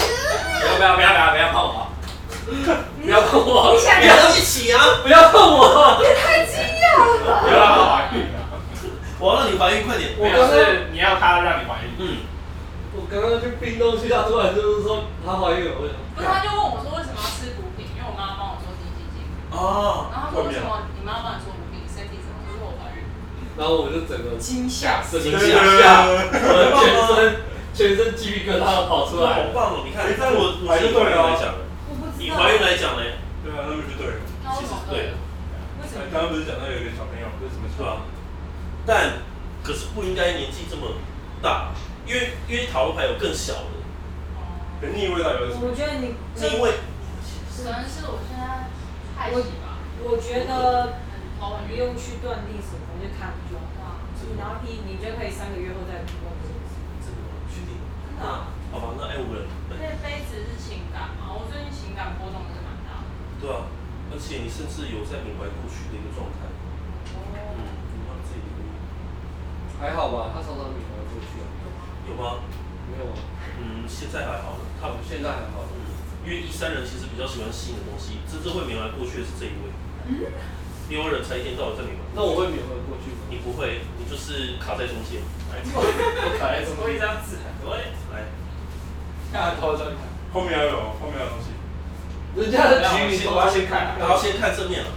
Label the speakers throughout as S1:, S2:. S1: 啊
S2: 表啊示你
S3: 我刚刚
S2: 要他让你怀疑。
S1: 嗯，
S3: 我刚刚去冰东西，他突然就是说他怀孕了，我想
S4: 不是，他就问我说为什么要吃补品，因为我妈帮我做低基金，
S1: 哦，
S4: 然后他说为什么你妈帮你做补品，身体怎么？我说我怀孕，
S3: 然后我就整个
S4: 惊吓，
S3: 整
S1: 惊
S3: 个
S1: 吓
S3: 吓吓，我的全身全身鸡皮疙瘩跑出来
S1: 好。棒哦！你看，
S2: 哎但我
S1: 这
S2: 怀就对了
S1: 来
S2: 啊
S1: 讲了，
S4: 我不知
S1: 你
S4: 道。
S1: 怀孕来讲呢，
S2: 对啊，那不就对了？
S4: 那为
S1: 其
S4: 什
S1: 实
S4: 么
S1: 是对的，
S4: 为什
S2: 哎
S4: 么？
S2: 刚刚不是讲到有一个小朋友，这是什么情
S1: 对吧
S2: 况？？
S1: 但可是不应该年纪这么大，因为因为塔罗牌有更小的，
S4: 哦
S2: 可是逆味道有什
S5: 我？
S2: 么
S5: 觉得你这
S1: 是因为
S4: 可能是我现在太喜吧，
S5: 我觉得
S4: 很头很
S5: 不
S4: 晕。
S5: 用去断定什么，就看就好。
S4: 啊
S5: 然后第你就可以三个月后再问我。
S1: 这个我确定。
S4: 真的
S1: 那
S4: 啊，
S1: 好吧，那爱哎无人，
S4: 那杯子是情感嘛，我最近情感波动是蛮大的。
S1: 对啊，而且你甚至有在缅怀过去的一个状态，嗯，
S4: 哦，
S1: 你让自己
S3: 还好吧，他常常女儿过去啊，
S1: 有吗？
S3: 没有啊，
S1: 嗯，现在还好了，他不
S3: 现在还好。
S1: 因为一三人其实比较喜欢新的东西，真正会缅怀过去的是这一位。另外人才一天到晚在缅怀，
S3: 那我会缅怀过去吗？
S1: 你不会，你就是卡在中间。来，
S3: 我卡在中
S2: 我一
S3: 间，
S2: 张纸，
S1: 对，来，
S3: 看他头上，
S2: 后面要有，后面要有东西。
S3: 人家的局你
S2: 我要先看啊
S1: 然后先看正面了。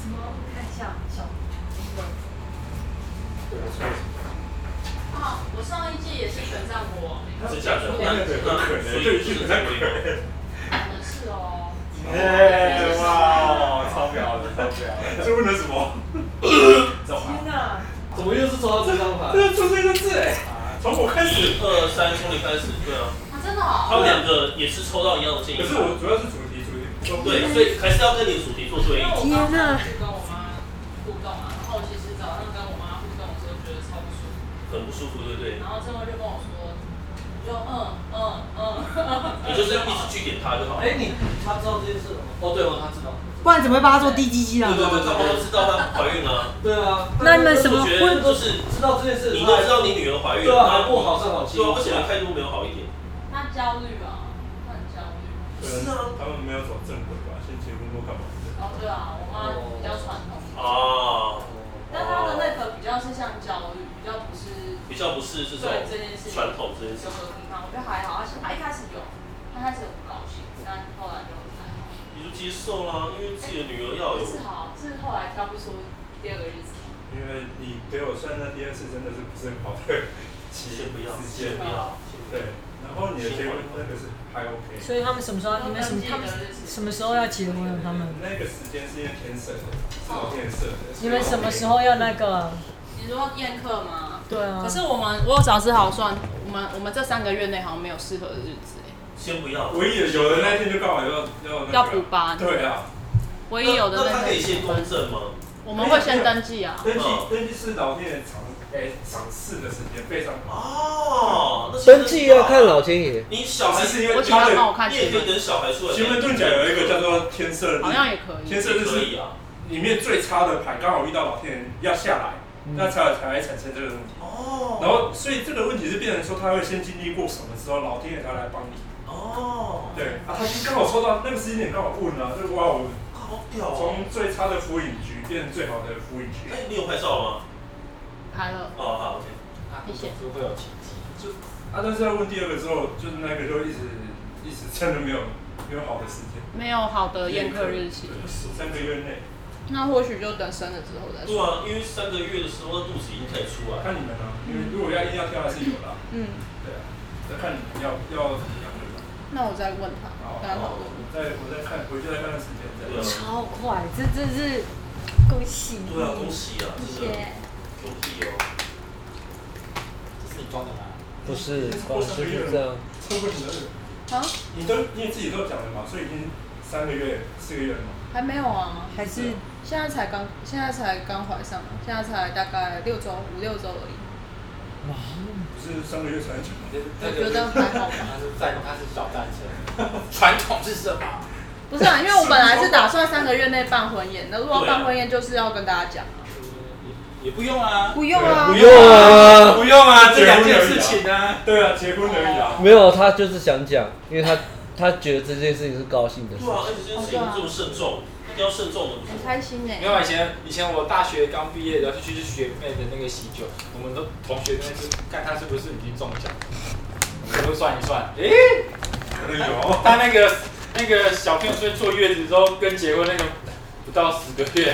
S5: 什么？看一下小
S4: 啊，我上一季也是选上 过，
S1: 真假的，那那所以就是在缅怀。
S4: 可是哦，
S2: 耶！哎哇，超屌的，超屌的！这问的什么？走吧
S5: 天哪！
S3: 怎么又是抽到这张牌？
S2: 这出这个字哎，从我开始。
S1: 一二三，从你开始，对啊，
S4: 啊真的
S1: 他们
S4: 哦，
S1: 两个也是抽到一样的建议
S2: 可。是我主要是主题，主题不
S1: 对，所以还是要跟你的主题做
S4: 因
S1: 对
S4: 为
S1: 应。
S2: 哎
S4: 我刚刚去跟我妈互动嘛，然后其实早上跟我妈互动的时候觉得超不舒服。
S1: 很不舒服，对不对？
S4: 然后郑慧就跟我说，我就嗯嗯嗯，
S2: 哎
S1: 你就是一直去点他就好。
S3: 哎，你他知道这件事了吗？哦，对吗？他知道。
S6: 不然怎么会帮他做低基金
S1: 对
S6: 啊
S1: 对？对，他们都知道她怀孕了。
S3: 对啊。
S6: 那你们什么
S1: 我觉得就是
S3: 知道这件事？
S1: 你都知道你女儿怀孕，
S3: 对啊，还不好上好气。
S1: 对啊，为什么态度没有好一点？
S4: 那焦虑啊，那很焦虑。
S1: 是啊
S2: 他们没有走正轨吧？先结婚后干嘛？
S4: 哦，对啊，我妈比较传统，
S3: 哦
S1: 啊，
S4: 哦但她的那个比较是像焦虑，比较不是
S1: 比较不是这种
S4: 对这件事情
S1: 传统这件事
S4: 有，何平方，我觉得还好。而且她一开始有，她开始很不高兴，但后来就还好。
S1: 你就接受啦，因为自己的女儿要
S5: 哦
S4: 不。
S1: 有
S4: 是好，是后来挑不出第二个日子。
S2: 因为你给我算那第二次真的是不是很好的 期
S1: 先不要，
S2: 时
S1: 先不。
S2: 间
S4: 啊
S1: 要，
S2: 对，然后你的结婚那个是还 OK。
S6: 所以他们什么时候？你们什么？他们什么时候要结婚啊？他们？
S2: 那个时间是因为天色的，是我天色的。
S6: 你们什么时候要那个啊？
S4: 你说宴客吗？
S6: 对啊
S4: 可。是我们我有找志豪算，我们我们这三个月内好像没有适合的日子、欸，
S1: 先不要。
S2: 唯一的有的那天就刚好要要那个
S4: 要补班
S2: 对啊，
S4: 唯一有的
S1: 那
S4: 那
S1: 他
S4: 个
S1: 可以先公证吗？
S4: 我们会先登记啊。
S2: 登记
S1: 嗯
S2: 登记是老天爷赏哎赏赐的时间非常
S1: 哦，
S2: 好。
S1: 那
S6: 登记要看老天爷。
S1: 你小孩
S2: 其实
S1: 是，
S2: 因为
S4: 我请他
S2: 他
S4: 帮我
S2: 的
S4: 看
S1: 你
S4: 新
S1: 也可以
S4: 闻，
S1: 等小孩出来。
S2: 奇门遁甲有一个叫做天色日
S4: 好，像也可以。
S2: 天色日
S1: 可
S2: 是
S1: 以啊。
S2: 里面最差的牌，刚好遇到老天爷要下来，那才才会产生这个问题。
S1: 哦。
S2: 然后，所以这个问题是变成说他会先经历过什么之后，老天爷才来帮你。
S1: 哦。
S2: 对啊，他就刚好抽到那个时间点，刚好问了，就哇，我
S1: 好屌哦。
S2: 从最差的辅影局变成最好的辅影局。
S1: 哎，你有拍照吗？
S4: 拍了，
S1: 哦，好
S4: 谢
S1: ，OK。
S4: 谢。
S3: 就会有奇迹。
S2: 就啊，但是在问第二个之后，就是那个就一直一直真的没有没有好的时间。
S4: 没有好的宴客日期，
S2: 对十三个月内。
S4: 那或许就等生了之后再
S1: 对
S4: 说。
S1: 啊，因为三个月的时候肚子已经开始出来了。
S2: 看你们啊，因为如果要硬要挑还是有啦，
S4: 嗯，
S2: 对啊，再看你们要要怎么样对吧？
S4: 那我再问他，啊
S2: 好，
S4: 跟他讨
S2: 好，
S4: 论。
S2: 我再我再看，回去再看看时间再
S1: 对啊
S2: 聊。
S6: 超快，这真是恭喜
S1: 对啊，恭喜啊，真的，恭喜哦。
S6: 不是，
S2: 老师是这
S6: 样。
S2: 超过你的，
S4: 啊，
S2: 你都因为自己都讲了嘛，所以已经三个月、四个月了嘛。
S4: 还没有啊，
S6: 还是
S4: 现在才刚，现在才刚怀上，现在才大概六周，五六周而已。
S2: 不是三个月才讲吗？
S4: 我觉得还好吧。
S7: 他是在，他是小战车。传统是什么？
S4: 不是啊，因为我本来是打算三个月内办婚宴，那如果办婚宴就是要跟大家讲啊。
S7: 也不用啊，
S6: 不用啊，
S2: 用
S3: 啊
S7: 不用啊，这两件事情啊。
S2: 对啊，结婚而已啊。
S6: 没有，他就是想讲，因为他他觉得这件事情是高兴的
S4: 哦
S1: 对啊，而且这件事情这么慎重，要慎重的，不
S6: 很
S1: 是？
S6: 开心呢、
S4: 欸
S3: 没有啊以前以前我大学刚毕业的时候去去学妹的那个喜酒，我们都同学那边是看他是不是已经中奖，我们都算一算，诶、
S2: 有，
S3: 他那个那个小朋友所以坐月子之后跟结婚那个不到十个月，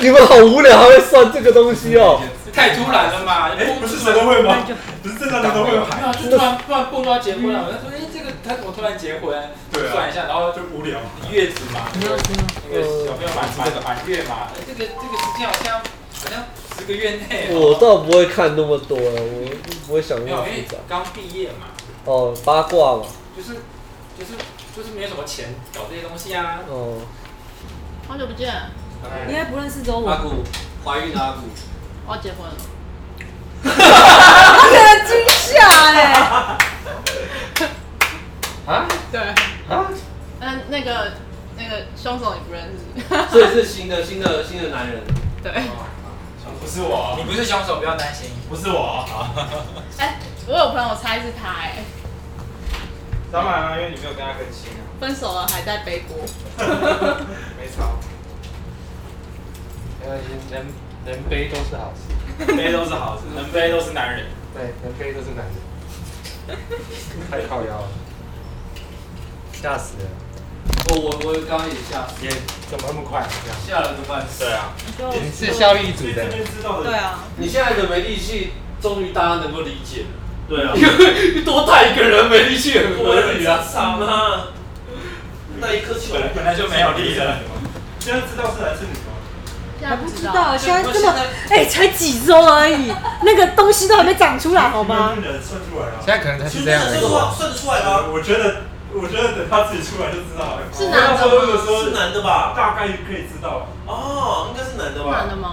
S8: 你们好无聊，还会算这个东西哦。
S3: 太突然了嘛，
S2: 哎，不是谁都会吗
S6: 那就？
S2: 不是正常人都会吗？
S3: 没有，就突然突然蹦到结婚了，我就说，哎、这个他怎么突然结婚？
S2: 嗯对啊
S3: 算一下，然后就
S2: 就无聊。
S3: 月子嘛，
S6: 你要吃吗？
S3: 那个小朋友满满满月嘛，哎这个这个时间好像好像十个月内哦，
S8: 我倒不会看那么多了，我不会想
S3: 没
S8: 那么
S3: 有，因
S8: 复
S3: 为
S8: 杂。
S3: 刚毕业嘛，
S8: 哦，八卦嘛，
S3: 就是就是就是没有什么钱搞这些东西啊。
S8: 哦，
S4: 好久不见，
S6: 你
S8: 嗯
S6: 应该不认识周文，
S9: 阿古怀孕了阿古，
S4: 我要结婚了，
S6: 他给人惊吓哎！
S9: 啊
S4: 对，
S9: 啊，
S4: 那那个那个凶手你不认识，
S9: 所以是新的新的新的男人，
S4: 对，
S2: 不是我，
S3: 你不是凶手，不要担心。
S2: 不是我。啊
S4: 哎、我有朋友猜是他、哎，
S3: 当然啊，因为你没有跟他更新啊，
S4: 分手了还在背锅，
S3: 没吵，
S9: 没关系，能能背都是好事，
S3: 背都是好事，能背都是男人。
S9: 对，能背都是男人， 太靠腰了，吓死人！
S3: 哦，我我刚刚也吓，
S9: 也怎么那么快？这样，
S3: 吓了怎么办？
S2: 对啊，
S9: 你是效率组
S2: 所以这
S9: 的，
S2: 边知道
S6: 对
S2: 的，
S6: 啊，
S9: 你现在的没力气，终于大家能够理解了。
S1: 对啊，
S9: 多带一个人没力气很
S1: 我
S9: 合
S1: 的
S9: 理
S1: 女
S9: 啊
S1: 啊，！傻吗？ 那一颗球
S2: 本来本来就没有力了，现在知道是男是女吗？
S4: 现
S6: 还
S4: 在
S6: 不知
S4: 知道，
S6: 道，现在这么哎，才几周而已，那个东西都还没长出来，好吗
S2: 不？能算出来了。
S9: 现在可能才
S1: 其
S9: 是
S1: 实
S9: 这样
S1: 算
S9: 而
S1: 得出
S9: 已。
S1: 来，算得出来吗？
S2: 呃我觉得，我觉得等他自己出来就知道了。
S4: 是男的吗
S2: 我那时候的时
S1: 是
S2: 候，
S1: 男的吧？
S2: 大概可以知道。
S1: 哦，应该是男的
S4: 男的
S1: 吧？
S4: 吗？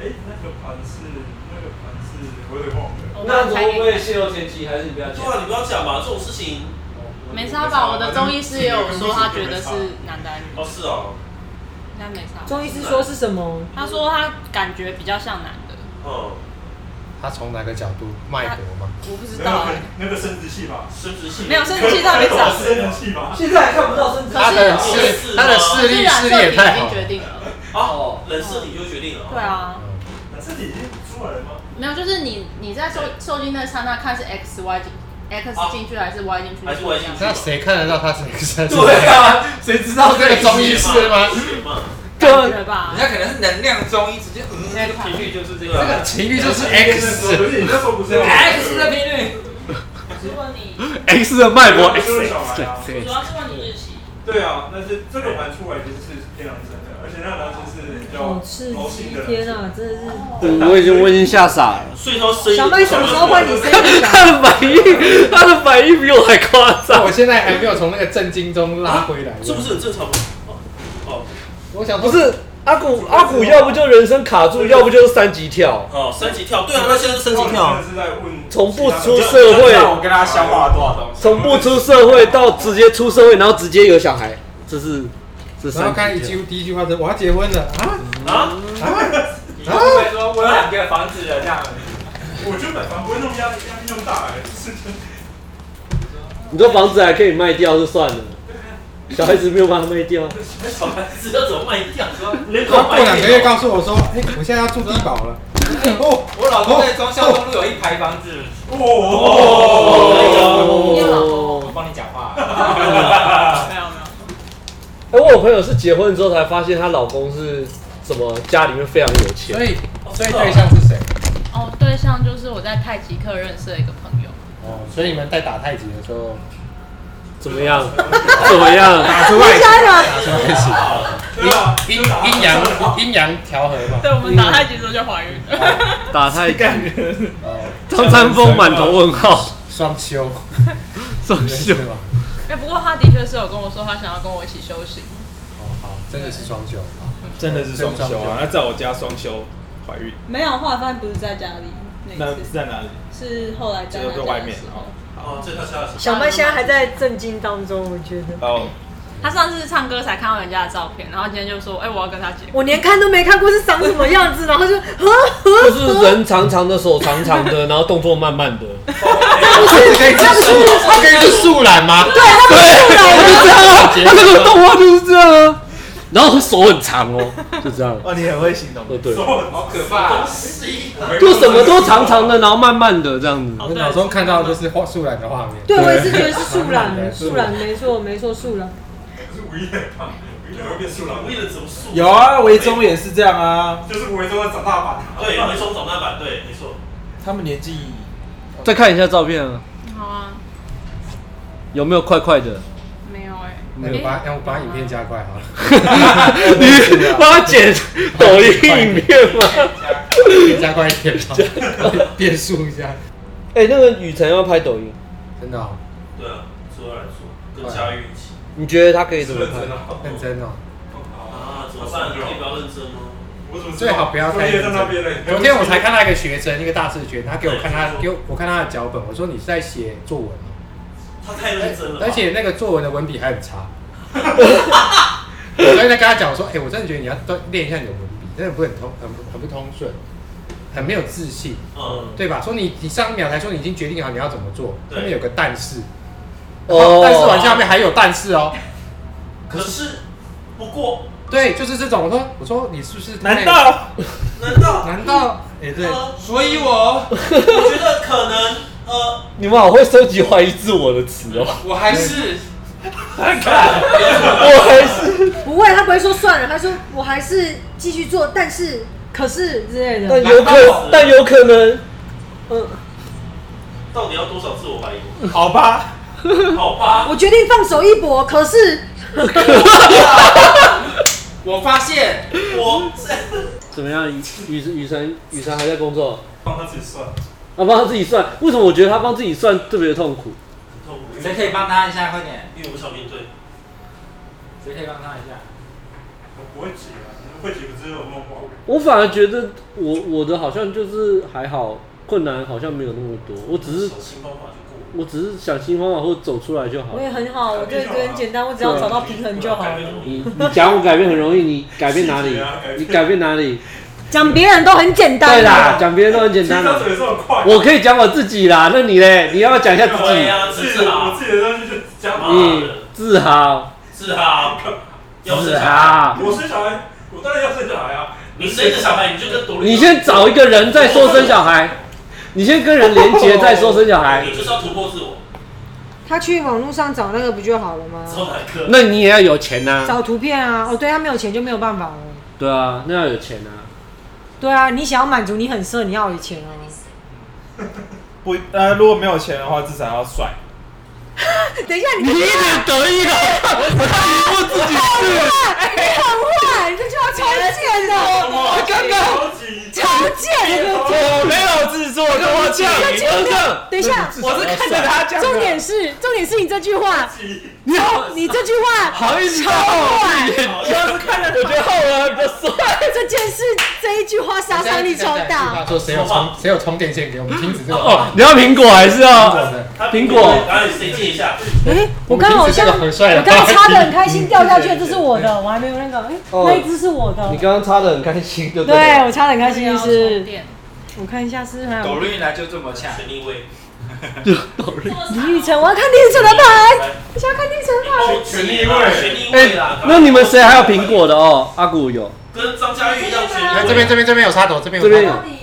S2: 哎，那个盘是那个盘是，我有点忘了。
S9: 那如果不会泄露天机，还是你不要
S1: 对
S9: 讲。
S1: 啊，你不要讲嘛，这种事情。
S4: 没差吧？我的中医师也有说，他觉得是男的还是女的，
S1: 哦，是哦，
S4: 应该没差。
S6: 中医师说是什么？
S4: 他说他感觉比较像男的，
S1: 嗯，
S9: 他从哪个角度脉搏吗？
S4: 我不知
S2: 那
S4: 道哎、
S2: 个那个生殖器吧，
S1: 生殖系
S4: 没有生殖器到
S1: 哦
S4: 底长
S2: 生殖器吧，
S8: 现在还看不到身
S4: 可是
S9: 他的
S1: 可
S9: 视
S1: 是
S9: 他的
S4: 可
S9: 视
S4: 哦是
S9: 力
S4: 染
S9: 视
S4: 色
S9: 力也
S4: 体已
S9: 太
S4: 经
S9: 好。
S4: 决定了，哦
S1: 啊，人设体就决定了。哦
S4: 对，啊，
S2: 这里已经出来了吗？
S4: 没有，就是你你在受受精那刹那看是 X Y 进 X 进去哦还是 Y 进去，
S1: 还是 Y 进去
S9: 那谁看得到他是哪个身体？
S3: 对啊，谁知道这个中医师吗？
S1: 学嘛，
S4: 感觉吧
S3: 人？家可能是能量中医，直接嗯，
S4: 那
S3: 那
S4: 个
S3: 个
S4: 频
S3: 频率就是这
S1: 个
S3: 个
S9: 这个情欲 就是
S2: 不
S9: X
S2: 是你那时候不是
S3: X 的频率。
S10: 如果你
S8: X 的脉搏
S2: 这个
S8: ，X
S2: 小孩啊，
S10: 主要是问你日期，
S2: 对啊，但是这个盘出来其实是天狼神的，而且那狼就是比
S6: 好
S2: 较
S6: 刺
S2: 柔
S6: 激
S2: 性！的，
S6: 天啊，真的
S8: 我已经我已经吓傻了。
S1: 所以说生
S6: 是。
S1: 意
S6: 小麦什么时候换你生日 啊？
S8: 他的反应，他的反应比我还夸
S9: 那
S8: 张。
S9: 我现在还没有从那个震惊中拉回来。
S1: 这不是很正常吗？哦
S9: 我想
S8: 不是阿古，阿古
S3: 啊
S8: 要不就人生卡住，要不就是三级跳，
S1: 哦，三级跳，对啊，那现在是三级跳
S2: 真的。是在问
S8: 从不出
S2: 其他
S8: 社会，
S3: 那啊我跟他消化了多少东西？
S8: 从不出社会到直接出社会，然后直接有小孩，这是这是
S9: 然
S8: 三
S9: 后看
S8: 级
S9: 一
S8: 跳。
S9: 句第一句话是我要结婚了啊，
S1: 啊，
S3: 你就会说我有两个房子了这样。
S2: 我觉得买房不会那么压力压力那么大哎、是真的。
S8: 你这房子还可以卖掉就算了，小孩子没有把它卖掉。
S1: 小孩子要怎么卖掉？人
S9: 然
S1: 口
S9: 后
S1: 卖
S9: 啊过两个月
S1: 掉
S9: 告诉我说，哎，我现在要住低保了。哦，
S3: 我老公在中孝东路有一排房子，我
S8: 哦，
S3: 帮你讲话。
S4: 没有没有，
S8: 哎，我有朋友是结婚之后才发现她老公是什么家里面非常有钱
S9: 所，以所
S4: 啊
S9: 以对象是谁？
S4: 哦，对象就是我在太极课认识的一个朋友，
S9: 哦，所以你们在打太极的时候
S8: 怎么样？怎么样？
S9: 打出外
S6: 家人，
S9: 打出外
S2: 对啊，
S9: 阴阴阴阳阴阳调和嘛。
S4: 对我们打太极的时候就怀孕了，
S8: 打太极，
S9: 哦，
S8: 张三丰满头问号，
S9: 双 修，哦
S8: 双 休。
S9: 对吧？
S4: 哎，不过他的确是有跟我说他想要跟我一起修行，
S9: 哦，好，真的是双修。
S11: 真的是双休啊！那在我家双休怀孕，
S6: 没有，后来发现不是在家里那
S11: 那
S6: 一次，
S11: 在哪里？
S6: 是后来在
S11: 这个在外面
S6: 时候
S11: 哦。
S1: 哦，这他是他的
S6: 小麦现在还在震惊当中，我觉得。
S11: 哦，
S12: 他上次唱歌才看到人家的照片，然后今天就说：“哎、我要跟他结婚。”
S6: 我连看都没看过是长什么样子，然后就呵呵，
S8: 就是人长长的，手长长的，然后动作慢慢的。
S9: 不是可以吃素，他可以吃素懒吗？对，
S8: 他就这样啊，他那个动画就是这样啊。然后手很长哦，就这样。
S3: 哦，你很会形容。
S8: 哦，对，
S13: 好可怕、啊！
S8: 就什么都长长的，然后慢慢的这样子。
S9: 我哦脑中看到的就是画素懒的画面。
S6: 对我也 是觉得是素懒，素懒没错没错，素懒。
S2: 可是吴亦很胖，吴亦会变素
S1: 为了怎么素？
S3: 有啊，维中也是这样啊，
S2: 就是吴亦中要长大版。
S1: 对，回收找那版，对，没错。
S3: 他们年纪
S8: 再看一下照片啊，
S12: 好啊，
S8: 有没有快快的？
S12: 没有哎、
S9: 那我把让我把影片加快 好了。
S8: 你帮他剪抖音影片吗？
S9: 加快一点啊吧， 变速一下，
S8: 哎、那个雨辰要拍抖音，
S9: 真的哦，
S1: 对啊，主要来说跟佳玉一起
S8: 你觉得他可以怎么拍？
S9: 认真哦。
S1: 啊，怎么办？可以不要认真吗？
S2: 我怎么知道
S9: 最好不要太
S2: 作业
S9: 认
S2: 在
S9: 真
S2: 那边嘞。
S9: 昨天我才看到一个学生，一个大四学生，他给我看他给我我看他的脚本，我说你是在写作文吗？
S1: 他太认真了吧，
S9: 哎而且那个作文的文笔还很 差，所以在跟他讲我说，哎、我真的觉得你要锻练一下你的文笔，真的不会很通，很不很不通顺，很没有自信，
S1: 嗯，
S9: 对吧？说你你上一秒才说你已经决定好你要怎么做，
S1: 对
S9: 后面有个但是，
S8: 哦
S9: 但是完下面还有但是哦，
S1: 可是不过，
S9: 对，就是这种。我说我说你是不是太
S3: 难道？
S1: 难道
S9: 难道
S3: 哎，对，
S1: 呃，
S3: 所以我
S1: 我觉得可能呃，
S8: 你们好会收集怀疑自我的词哦。
S13: 我还是
S8: 我还是，
S6: 不会，他不会说算了，他说我还是继续做，但是可是之类
S8: 但
S6: 的。
S8: 有可， 但有可能，
S6: 嗯，
S1: 到底要多少自我怀疑？
S3: 好吧，
S1: 好吧，
S6: 我决定放手一搏，可是
S13: 我发现
S1: 我
S8: 怎么样？雨雨雨神雨神还在工作，
S2: 帮他自己算，
S8: 他帮他自己算。为什么我觉得他帮自己算特别痛苦？
S1: 很痛苦，
S13: 谁可以帮他一下？快点，
S1: 因为我不想面对。
S13: 谁可以帮他一下？
S2: 我不会解啊，会解不是有梦话。
S8: 我反而觉得我我的好像就是还好，困难好像没有那么多。我只是
S1: 小心方法就过，
S8: 我只是想新方法或者走出来就好
S6: 我。也很好，我这个很简单，我只要找到平衡就好
S1: 改变
S6: 了。
S1: 容易。
S8: 你你讲我改变很容易， 你改变哪
S2: 细
S8: 里
S2: 节啊改？变
S8: 你改变哪里？
S6: 讲别人都很简
S8: 对
S6: 单啊
S8: 啦，，讲别人都很简
S2: 其实
S8: 单
S2: 他
S8: 啦。
S2: 嘴这么快，
S8: 我可以讲我自己啦，那你嘞？你要不要讲一下自
S1: 对
S8: 己？
S1: 呀，
S2: 啊自己
S1: 自
S2: 的我
S1: 豪，
S2: 自己的东西就加码。
S8: 你自豪，
S1: 自豪，要
S8: 自
S1: 生小孩，
S8: 豪。
S2: 我生小孩，我当然要生小孩啊。
S1: 你生个小孩你就跟独立，
S8: 你先找一个人再说生小孩，你先跟人连接再说生小 孩
S1: 你，就是要突破自我，
S6: 他去网络上找那个不就好了吗？
S1: 找哪个？
S8: 那你也要有钱呐、啊。
S6: 找图片啊，哦，对他没有钱就没有办法了。
S8: 对啊，那要有钱啊。
S6: 对啊，你想要满足你很色，你要有钱啊。
S3: 不呃，如果没有钱的话，至少要帅。
S6: 等一下，你
S8: 你一直得意 了，我提过自己是。
S6: 哎你很坏，你这句话超贱的，
S2: 哇，
S8: 刚刚
S2: 超级
S6: 超贱的。
S8: 我没有自作多情，
S6: 等一下，
S8: 我是看着他讲
S6: 重点是重点是你这句话，
S8: 你好，
S6: 你这句话，
S8: 好意思看我，我是看着我觉得浩文比较帅。
S6: 这件事这一句话杀伤力超大。
S9: 说谁有充谁有充电线给我们停止这个
S8: 哦，你要苹果还是要？
S1: 他
S8: 苹果
S1: 然后谁借一下？
S6: 哎，我刚好像
S9: 我们平时这个很帅的
S6: 我刚刚插的很开心掉下去，这是我的，我还没有那个，哎，那一只是我的。
S8: 刚刚擦的很开心，对
S6: 对，我插的很开心，
S12: 要
S6: 就
S12: 充
S6: 是
S12: 电，
S6: 我看一下是不是还
S13: 抖
S6: 有
S13: 音来就这么呛，
S1: 全力位，
S6: 李宇辰，我要看李宇辰的牌，我想要看李宇辰的牌。
S2: 全力位
S1: 全力
S8: 哎
S1: 哎位啦。，
S8: 那你们谁还有苹果的哦？阿古有，
S1: 跟张佳玉一样全力
S9: 哎
S1: 位？
S9: 这边这边这边有插头，这边有
S8: 这边
S9: 插头
S8: 有
S4: 到底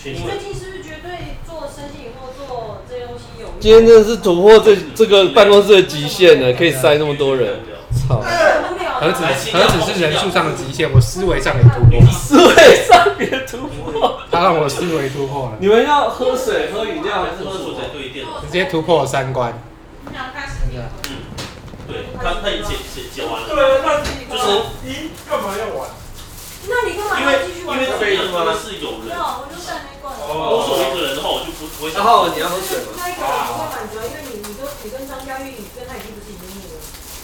S1: 全
S4: 你
S1: 力
S4: 最
S1: 位，
S4: 近是不是绝对做身心灵或做这些东西有用？
S8: 今天真的是突破这这个办公室的极限了，可以塞那么多人，操！
S4: 很无聊
S9: 何
S4: 的。
S9: 止何止是人数上的极限，我思维上也突破，
S8: 思维上别突破。
S9: 他让我思维突破了，
S8: 你们要喝水、喝饮料还是喝
S1: 我
S8: 什
S1: 是
S8: 么
S1: 我？在对电脑，
S9: 直接突破了三关。
S4: 你们俩开始你
S1: 对，他他已经解解解完了，
S2: 对啊，那
S1: 就是
S2: 一干嘛要玩？
S4: 那你干嘛
S1: 因为
S4: 还继续
S1: 因
S4: 玩？
S1: 为这
S4: 没
S1: 边真的是有
S6: 哦
S1: 人，
S4: 有，我就在那罐。
S1: 如果是我一个人的话，我就不不会想。
S8: 你要喝水吗？
S4: 那一个
S1: 哦
S4: 人不会满足，
S6: 啊
S4: 因为你你都你跟张嘉玉，你跟他已经不是已经腻了，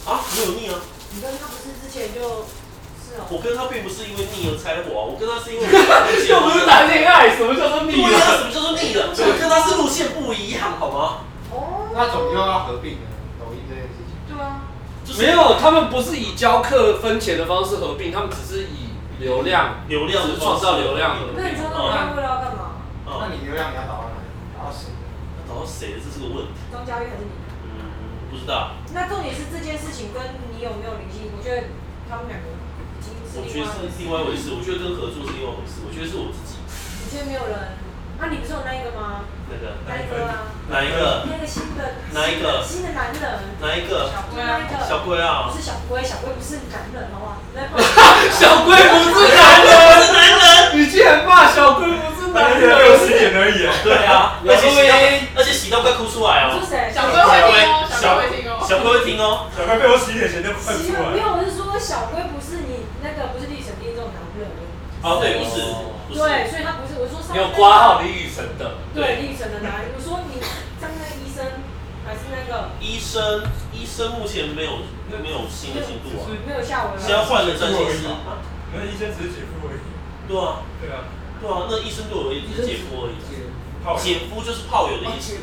S1: 啊，没有腻啊，
S4: 你跟他不是之前就是哦。
S1: 我跟他并不是因为腻而拆伙啊，我跟他是因为 又不是谈恋爱，什么叫做腻啊？什么叫做腻 的？我跟他是路线不一样，好吗？
S4: 哦。
S9: 那总又要合并了，抖音这件事情。
S4: 对啊。
S1: 就是
S3: 没有，他们不是以教课分钱的方式合并，他们只是以流量、
S1: 流量的
S3: 只是创造流量合并。
S6: 那你知道
S3: 哦
S6: 他为了要干嘛？
S1: 哦
S2: 那你流量你要导到哪里？导到谁？
S1: 那导到谁了？这是个问题。
S6: 张嘉玉还是你？
S1: 嗯，不知道。
S6: 那重点是这件事情跟你有没有灵性，我觉得他们两个已经是
S1: 我觉得
S6: 另
S1: 是
S6: 外一
S1: 另
S6: 回
S1: 外一回
S6: 事
S1: 事，我觉得跟合作是另外一回事。我觉得是我自己
S6: 你觉得没有人？那、你不是有那一个吗？
S1: 那个
S6: 那一个啊，
S1: 哪一个？
S6: 那个新的
S1: 哪一个
S6: 新的男人？
S1: 哪一个
S6: 小龟啊，那个
S1: 小龟啊
S6: 不是小龟，小龟不是男人，好不好？
S3: 小龟不是男
S1: 是
S3: 人，
S1: 啊男人，
S3: 你竟然骂小龟不是男人，
S2: 六十点而已啊。
S1: 对啊，
S3: 有
S1: 而且喜到
S3: 录音
S1: 而且喜到快哭出来哦
S6: 是。谁？
S14: 小龟会听哦，小龟会听哦。
S1: 小龟会听哦，
S2: 小快被我洗点钱就快出
S6: 其实
S2: 来
S6: 啊没
S2: 了。
S6: 有，我是说小龟不是你那个，不是历史第一这种男人。
S1: 哦对，不是不是，
S6: 对，所以他不是我说上
S3: 你有
S6: 那个
S3: 挂号李宇辰的，
S6: 对历史的男人。我说你像那个医生还是那个
S1: 医生医生目前没有没有新的进度啊，
S6: 没有下文
S1: 现在
S6: 了。
S1: 换了占星师，
S2: 那医生只是姐夫而已。
S1: 对啊
S2: 对啊，
S1: 对啊，那医生对我而言只是姐夫而已，
S2: 泡友
S1: 姐夫就是炮友的意思，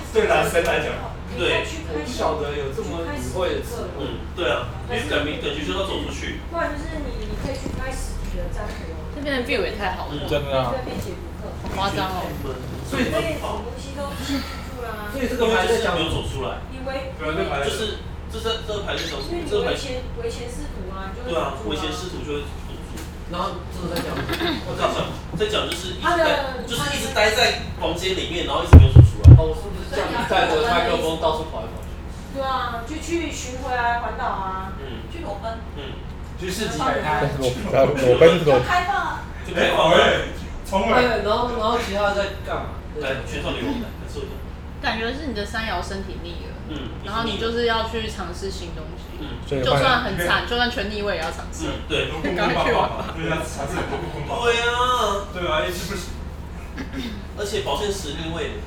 S1: 嗯
S2: 对男生来讲，
S1: 对
S3: 我不晓得有这么隐晦的词汇。
S1: 嗯对啊，因为感觉感觉就是要走出去，
S6: 不然就是你，你可以去开实体的占卜，
S4: 这边的 view 也太好了，
S1: 嗯
S15: 真的啊，
S6: 这边解读课，
S4: 好哦夸张哦！
S3: 所以
S6: 所以什么东西都记不住
S3: 所
S6: 啦。
S3: 以
S1: 因
S3: 这个
S1: 为
S3: 牌
S1: 就是
S3: 在讲
S1: 没有走出来，
S6: 你为
S2: 不要再排
S1: 就
S2: 了。
S1: 是这是这个牌在讲什
S6: 因
S1: 么？
S6: 为你
S1: 这个牌
S6: 为钱为钱呃是赌啊，你就会
S1: 对啊，我
S6: 赌
S1: 以前
S6: 啊
S1: 试图就会堵住。
S3: 然后这个在讲什么，
S1: 我在讲，在讲就是一直
S6: 他
S1: 在
S6: 的，
S1: 就是一直待在房间里面，然后一直没有走出来。
S3: 哦，是不是这样子带着麦克风到处跑来跑去？
S6: 对啊，就去巡回啊，环岛啊，
S1: 嗯
S14: 去裸奔，
S1: 嗯，
S7: 去市集摆摊，
S9: 裸裸奔裸
S14: 就开放啊，
S1: 就开，
S2: 哎
S1: 放
S2: 好
S1: 了。
S2: 哎，从来
S3: 对，然后然后其他的在干嘛？
S1: 来，全场给我来感受一下。
S4: 感觉是你的山摇身体腻了，
S1: 嗯
S4: 然后你就是要去尝试新东西，
S1: 嗯
S9: 所以
S4: 就
S9: 换
S4: 算很惨，就算全腻我也要尝试
S1: 嗯。，对。
S2: 都不捆绑，对啊，还是都不捆绑。
S1: 对啊，
S2: 对啊，一直不行。
S1: 而且保健食逆位，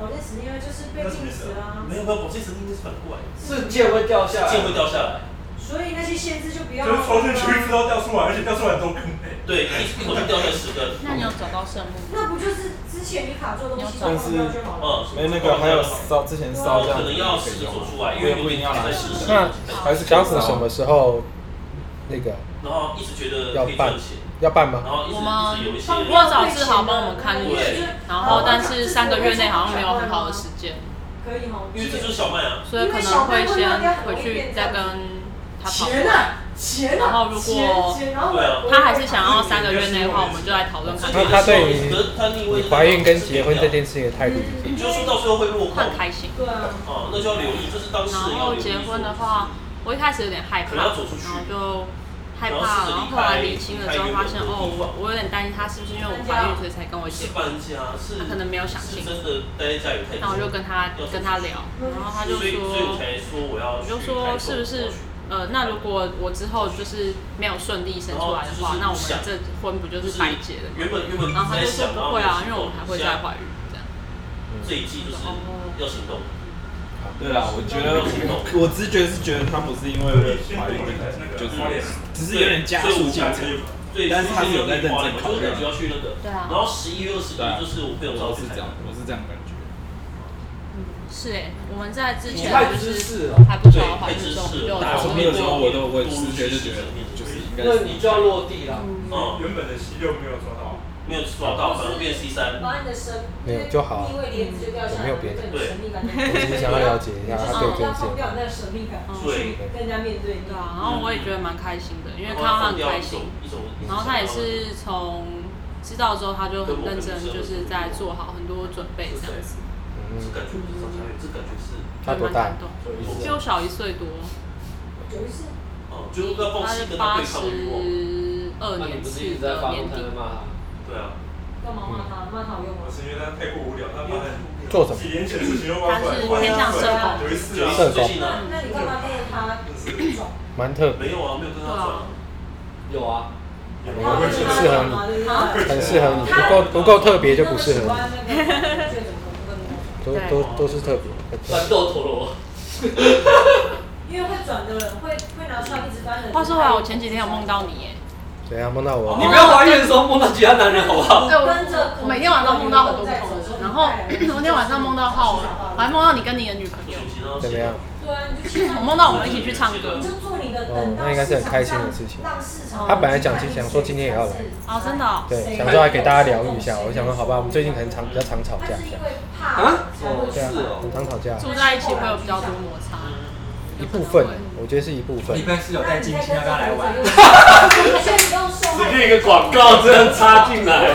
S6: 保健室因为就是被禁止啊，
S1: 没有没有保健食逆位是反过来，
S3: 是剑会掉下来，
S1: 剑会掉下来。
S6: 所以那些限制就不要
S2: 哦就是
S6: 啊。
S2: 抽进去之后掉出来，而且掉出来都更累。
S1: 对，一一口气掉下来十根。
S4: 那你有找到圣木？
S6: 那不就是之前你卡住的东西
S15: 但
S6: 放
S15: 是
S6: 掉就好了？
S1: 嗯，
S15: 没那个还有烧之前烧这
S1: 可
S15: 样子
S1: 能要试着走出来，因
S15: 我也
S1: 为
S15: 不一定要来
S1: 在试试，
S9: 那还是小虎什么时候那个
S1: 然后一直觉得
S9: 要
S1: 可以赚
S9: 办
S1: 钱，？
S9: 要办
S1: 然
S9: 吗？
S1: 后一直一直有一些，
S4: 我有找志豪帮我们看过，然后
S6: 哦
S4: 但是三个月内好像没有很好的时间，
S6: 可以哈，
S1: 因为这就是小麦啊。
S4: 所以可能会先回去再跟他讨
S6: 钱
S4: 论。
S6: 啊，钱
S4: 然
S6: 啊，
S4: 后如果
S6: 钱钱，然后
S1: 对啊
S6: 我
S4: 他还是想要三个月内的话，我们就来讨论看
S1: 之
S4: 看
S1: 前
S9: 那
S1: 的
S9: 他对
S1: 时候可是他逆位
S9: 你
S1: 是
S9: 怀孕跟结婚这件事情的态
S6: 嗯
S9: 度，
S1: 你就说到最后会落空，
S4: 换开心。
S6: 对啊，
S1: 哦，那就要留意，就是当事人
S4: 然
S1: 要
S4: 后
S1: 留意。
S4: 结婚的，话，我一开始有点害怕，
S1: 可能要走出去
S4: 然后就害怕，然后后来理清了之后发现，哦，我我有点担心他是不是因为我怀孕所以才跟我
S1: 不
S4: 结
S1: 是
S4: 婚，
S1: 搬家，是
S4: 他可能没有想清楚
S1: 是真的待在家里太久。
S4: 那我就跟他跟他聊，然后他就
S1: 所以所以
S4: 说，
S1: 我才说我要
S4: 我
S1: 去
S4: 就说是不是呃，那如果我之后就是没有顺利生出来的话，
S1: 然
S4: 那我
S1: 后
S4: 们
S1: 就是不想
S4: 这婚不就是白结了
S1: 原
S4: 吗？
S1: 本原本
S4: 然后他就
S1: 在
S4: 说
S1: 想，
S4: 不会啊，因为我们还会再哦
S1: 怀。
S4: 怀孕这样。
S1: 这一季就是要行动，
S15: 对啦，我觉得我直觉是觉得他不是因 为怀孕，
S1: 嗯
S15: 就是只是有点加速进程，
S1: 对，
S15: 但是他是有在认真考
S1: 就是
S15: 虑
S1: 感觉要去那个，
S4: 对啊
S1: 然后十一月二
S15: 对
S1: 十
S15: 啊
S1: 一就是我朋友
S15: 我
S1: 找
S15: 是
S1: 去
S15: 这
S1: 台
S15: 样
S1: 湾，，
S15: 我是这样感觉。
S4: 是哎，我们在之
S3: 你
S4: 前
S3: 太
S4: 就
S3: 知
S4: 是
S3: 识了，
S4: 还不知
S1: 对
S4: 道，怀
S1: 太
S4: 孕的
S1: 知
S4: 时候，我们就有
S1: 识了，
S15: 打
S4: 讨
S15: 从那
S4: 论过
S15: 个时候我都会直觉就觉得就是应该
S3: 那
S15: 是
S3: 你就要落地了。
S1: 嗯，
S2: 原本的 C 六没有抓到，
S1: 没有抓到，反而变 C 三，
S6: 把你的神
S9: 没有就好啊
S6: 地位帘子就掉下来，
S9: 我没有别的
S6: 对你神秘感就没有，
S9: 我只是想要了解一下他对
S6: 要
S9: 这件事
S6: 放。掉你那个神秘
S4: 哦
S6: 感，
S1: 对，
S6: 跟人家面对，
S4: 对啊，然后我也觉得蛮开心的，因为看到他很开心，
S1: 一种，一种
S4: 然后他也是从知道之后，他就很认真，就是在做好很多准备这样子，
S9: 嗯
S1: 这，感觉不是张嘉译，这感觉是，
S9: 他
S4: 就
S9: 多
S4: 蛮
S9: 大
S4: 感？动，
S9: 有意思
S4: 比我小一岁多，
S6: 有一次
S1: 哦，就是要放
S4: 他
S1: 弃
S4: 是
S1: 跟他
S4: 八
S1: 对抗的欲望，
S4: 十二
S3: 那你
S4: 年
S3: 不是一直
S4: 次
S3: 在
S4: 的
S3: 发
S4: 年
S3: 公才在
S4: 底，
S3: 骂他？
S1: 对啊，
S6: 干嘛骂他？骂他有用吗
S2: 我？是因为他太过无聊，他妈的
S9: 做什么
S2: 几？年前的事情又挖出来，有一次
S1: 最最
S2: 啊，
S4: 嗯
S1: 近呢，
S6: 那你干嘛跟着他走？
S9: 蛮特
S1: 没
S9: 别，
S1: 有啊，没有跟他转，
S3: 有啊，
S6: 然后跟着他走嘛，对不对？
S9: 很适合你，不够不够特啊别就不适合
S6: 那么喜欢
S9: 你，
S6: 那个就怎么不跟我？
S9: 都都都是特别。
S3: 战斗陀螺。
S6: 因为会转的人会会拿出来一直翻的。
S4: 话说回来，啊我前几天有梦到你耶，
S9: 怎样梦到我？
S3: 你不要怀孕的时候梦到其他男人好不好？
S4: 哎，我我每天晚上梦 到很多不同的人，然后我那天晚上梦到浩儿，我还梦到你跟你的女朋友，
S1: 手机呢？
S9: 怎么样？
S6: 对啊，你就去
S4: 我梦到我们一起去唱歌
S6: 就做你的
S9: 哦
S6: 等，
S9: 那应该是很开心的事情
S6: 让市场
S9: 他本来想想说今天也要来，
S4: 哦，真的哦，
S9: 对，想说来给大家疗愈一下。我想说，好吧，我们最近很常比较常吵架，这样
S3: 啊？
S9: 对
S3: 是
S9: 啊，
S3: 哦，
S9: 很常吵架，
S4: 住在一起会有比较多摩擦。
S9: 一部分，我觉得是一部分
S15: 礼。拜四有带金星要不要来玩？
S6: 这
S8: 这个广告真的插进来，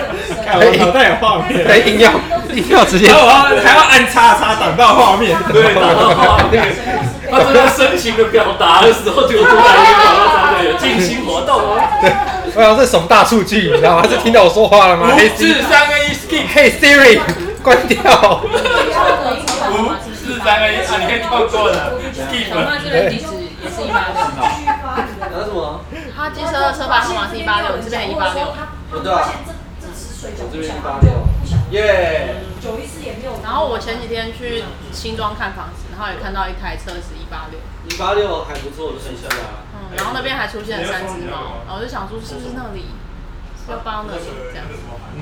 S15: 看我脑袋有画面，
S9: 哎，硬 要硬要直接
S15: 然，后我要还要按叉叉挡到画面，
S8: 对，然后他正在深情的表达的时候，就突然一个广告插进来，有静心活动啊。
S9: 我想这什么大数据，你知道吗？是听到我说话了吗？
S15: 五
S9: 嘿
S15: 至三跟一
S9: Siri，嘿 Siri，关 掉。
S15: 五至三跟一啊，你可以放过了
S14: 小
S15: ，skip。
S14: 曼这边地址也是一八六，
S3: 拿什么？
S4: 他机车的车牌号码是一八六，这边一八六，
S3: 我对啊，我这边一八六，耶！
S6: 九一四也没有。
S4: 然后我前几天去新庄看房子，然后也看到一台车是一八六，
S3: 一八六还不错的数字啊。
S4: 嗯，然后那边还出现了三只猫，然后我就想说是不是那里是要搬到那里这样，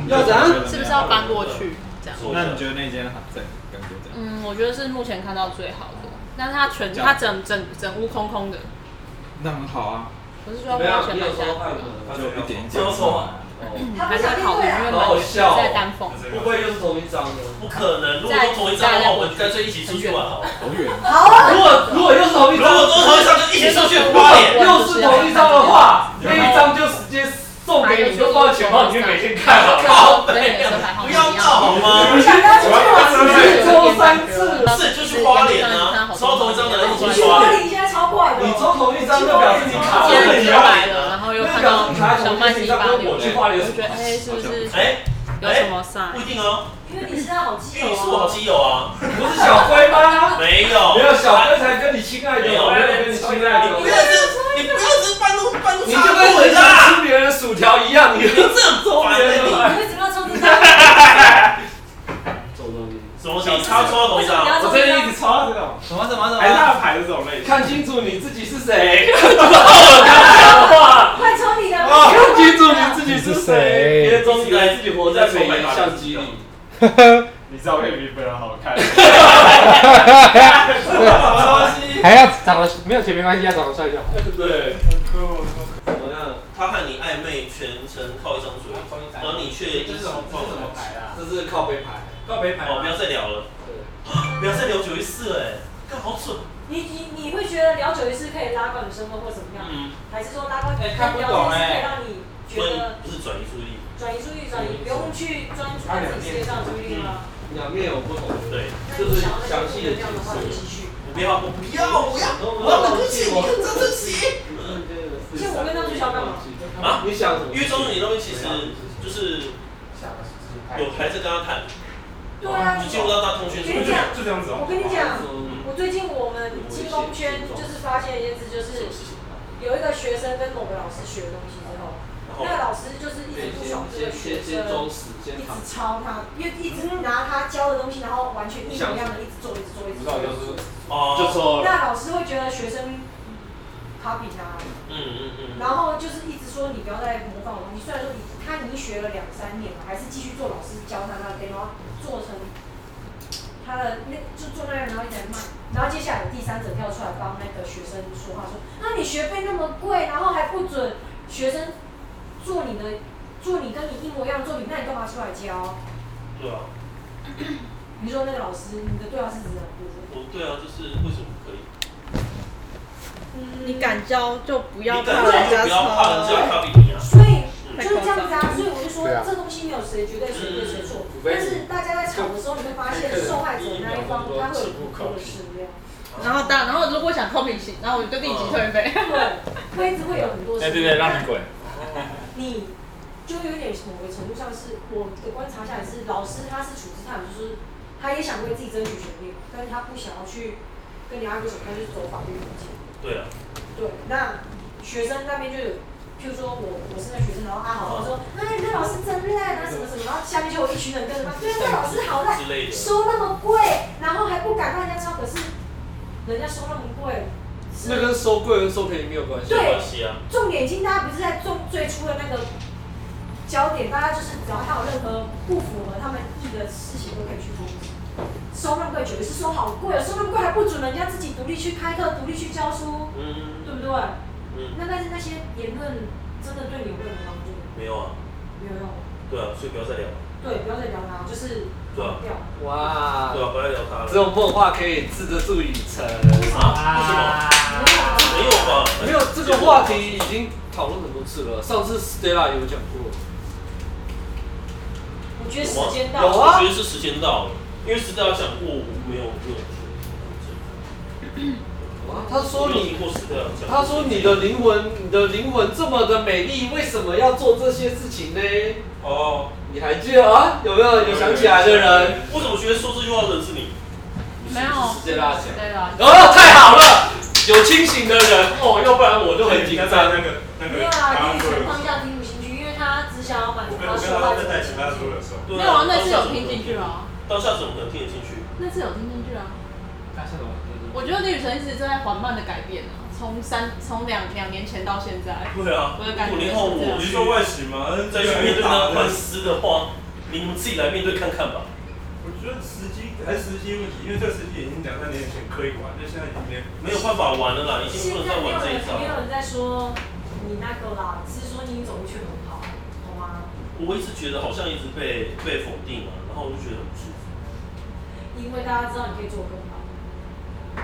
S3: 要怎样？
S4: 是不是要搬过去这样？
S15: 那你觉得那间好在感觉怎样？
S4: 嗯，我觉得是目前看到最好的，但是它全它整整整屋空空的，
S15: 那很好啊，
S4: 不是说要
S3: 没
S4: 把
S3: 有
S4: 它，全
S3: 你
S4: 买
S3: 有说
S4: 下
S3: 话
S4: 去，
S3: 吗？
S15: 就一点一点嘛。
S4: 还在考虑，因为
S3: 好好
S4: 买
S3: 笑哦
S4: 在丹凤，
S3: 会不会又是同一张的？
S1: 不可能，如果都同一张的话，我们干脆一起出去玩好了。
S15: 好远，
S3: 如果如果又是同一
S1: 如果
S3: 张，
S1: 都同一张，就一起上去花
S3: 哇
S1: 脸。
S3: 又是同一张的话，那一张就直接送给你，就放在钱包里面每天看好不好？
S4: 跟你的车牌号
S1: 不
S4: 码
S1: 要
S4: 一
S1: 闹
S4: 样。
S1: 好吗？
S3: 一周三次，
S1: 是就去花脸啊，抽同一张的人一起去花
S6: 花
S1: 脸。
S6: 莲现在超怪的，
S3: 你抽同一张，那表示你卡
S4: 今天
S3: 了
S4: 很
S3: 你
S4: 直
S3: 要。
S4: 白了，然后又看到小曼是一八六，
S3: 我
S4: 我
S3: 去花莲
S4: 就觉得哎，是不是
S1: 哎，
S4: 有什么 sign？
S1: 不一定哦，
S6: 因为你现在好基
S1: 因为你是我
S6: 友
S1: 好
S6: 啊。
S1: 基友啊。
S3: 不是小龟吗？
S1: 没有，
S3: 没有小龟才跟你亲爱的，我没有跟你亲
S1: 你
S3: 爱
S1: 不要
S3: 的。
S1: 是，你不要是半路半路
S3: 你就
S1: 插
S3: 跟
S1: 队
S3: 很
S1: 啦！
S3: 想吃别人的薯条一样，你
S1: 你这很烦的你。
S6: 你为什么要抽这张？
S3: 走东西。
S1: 什么东啊西？
S3: 啊
S1: 他抽到头上，
S3: 我最近一直抄这种，
S15: 什么什么什
S2: 还是他的牌是这种类型。
S3: 看清楚你自己是谁。讲话，
S6: 快抽你的！
S3: 看清楚你自己是谁。别总以为自己活在美颜相机里。
S2: 你照片比本人好看。
S9: 还要长得没有钱没关系，要长得帅就好。
S3: 对，怎么样？
S1: 他和你暧昧，全程靠一张嘴，而你却一直放着。
S3: 这是靠背牌。
S7: 告别牌
S1: 哦，不要再聊了，啊不要再聊九一四了，哎，干好蠢。
S6: 你你你会觉得聊久一次可以拉高你生活或怎么样？
S3: 嗯
S6: 还是说拉高
S7: 哎
S6: 聊
S7: 看不懂
S6: 久一次可
S7: 哎
S6: 以让你
S1: 所
S6: 觉
S1: 以
S6: 得
S1: 不是转移注意力，
S6: 转移注意，转移不用去专注在自己事业上的注意力吗？
S3: 两面有不同，
S1: 对，
S6: 那
S3: 就
S6: 你
S3: 是
S6: 想要那
S3: 详
S6: 个
S3: 细的
S6: 怎么
S3: 解
S6: 样的话，就
S3: 释。
S6: 继续。
S1: 我不要，我不要，我不要，我要等不起，我跟张晨起。
S3: 啊？你想什
S1: 因
S3: 么？
S1: 为张晨你那边其实就是有还在跟他谈，哦
S6: 对啊，
S1: 就进入到大通讯
S6: 我跟你
S1: 是
S6: 讲，
S2: 就这样
S3: 嗯哎
S2: 子哦。
S6: 我
S3: 啊
S6: 跟你讲，我最近我们金融圈就是发现一件事，就是有一个学生跟某个老师学东西之后，那个老师就是一直不爽这个
S3: 先
S6: 学
S3: 先先
S6: 生
S3: 忠。实，先
S6: 一直
S3: 躺。
S6: 抄他，因为一直拿他教的东西，然后完全一模一样的，一直做，一直做，一直做。
S1: 哦，
S2: 说
S6: 那老师会觉得学生 copy 他，
S1: 嗯嗯嗯，
S6: 然后就是一直说你不要再模仿我东西。虽然说你他已经学了两三年了，还是继续做老师教他那边，然后做成他的那就做那个，然后一直在骂。然后接下来有第三者跳出来帮那个学生说话，说：“那你学费那么贵，然后还不准学生做你的做你跟你一模一样的作品，那你干嘛出来教
S1: 对啊，？”
S6: 你说那个老师，你的对话是指什么？
S1: 我对啊，就是为什么不可以？
S6: 嗯，
S4: 你敢教就不
S1: 你
S4: 要
S1: 敢
S4: 怕
S1: 做
S4: 人
S1: 就
S4: 家
S1: 不要怕人家
S4: 抄。
S1: 卡比你啊，
S6: 所以就是这样子啊，所以我就说
S9: 对啊
S6: 这东西没有谁绝对谁对谁错
S7: 嗯，
S6: 但是大家在吵的时候，你会发现受害者那一方他会有不同的力量，
S4: 然后当然后如果想 copy 型，然后我就立即退费。
S6: 对，会一直会有很多。
S15: 哎对对，让你滚。
S6: 你就有点某个程度上是我的观察下来是，老师他是处之泰，就是他也想为自己争取权利，但是他不想要去跟人家为什么，他就是走法律途径。
S1: 对啊，
S6: 对，那学生那边就有，譬如说我我是那学生，然后阿豪就说，哎，你那老师真烂啊，什么什么，然后下面就有一群人跟着骂，对，那老师好烂，
S1: 之类的。
S6: 收那么贵，然后还不敢让人家抄，可是人家收那么贵，是
S3: 那跟收贵跟收便宜没有关系。
S1: 没关系啊，
S6: 重点已经大家不是在重最初的那个焦点，大家就是只要他有任何不符合他们意的事情都可以去攻击。收那么贵，觉得是收好贵哦，收那么贵还不准人家自己独立去开课、独立去教书，
S1: 嗯
S6: 对不对？那但是那些言论真的对你有任何帮助吗？
S1: 没有啊，
S6: 没有用。
S1: 对啊，所以不要再聊了，
S6: 对，不要再聊啦，就是
S1: 对啊，
S6: 掉。
S3: 哇
S1: 对啊，不要再聊他了。
S3: 这种破话可以治得住雨辰
S1: 啊？没有吧？
S3: 没有，这个话题已经讨论很多次了。上次 Stella 有讲过，
S6: 我觉得时间到
S3: 有
S6: 了。
S3: 啊
S1: 我觉得是时间到了，因为时间要想过，我没有没有。
S3: 他说你
S1: 过时的，
S3: 他说你的灵魂，你的灵魂这么的美丽，为什么要做这些事情呢？
S1: 哦，
S3: 你还记得啊？有没有有想起来的人？
S1: 我怎么觉得说这句话的人是你？
S4: 没有，
S3: 对啦讲
S4: 对啦，
S3: 哦，太好了，有清醒的人哦，要不然我就很紧张。那个那
S6: 没有啊啦，第一次放下迪鲁新剧，因为他只想要满足他说话的
S2: 在其他书的时候，
S4: 没有啊，那次有听进去啊，
S1: 当下怎么可能听得进去？
S4: 那次有听进去啊。
S7: 大家
S4: 我觉得李宇辰一直在缓慢的改变啊，从三从两两年前到现在。
S1: 对啊，
S4: 我的感觉是
S1: 五零
S4: 这
S1: 后
S4: 样
S1: 我
S2: 你是说外形吗？
S1: 再去面对那官司的话，你们自己来面对看看吧。
S2: 我觉得时机还是时机问题，因为这个时机已经两三年前可以玩，但现在已经没
S1: 没有办法玩了啦，已经不能再
S6: 没
S1: 玩
S6: 有
S1: 这一
S6: 人没有
S1: 招。
S6: 人在说你那个啦，只是说你走路去很好，懂吗？
S1: 我一直觉得好像一直被被否定啊，然后我就觉得很不舒服。
S6: 因为大家知道你可以做更好，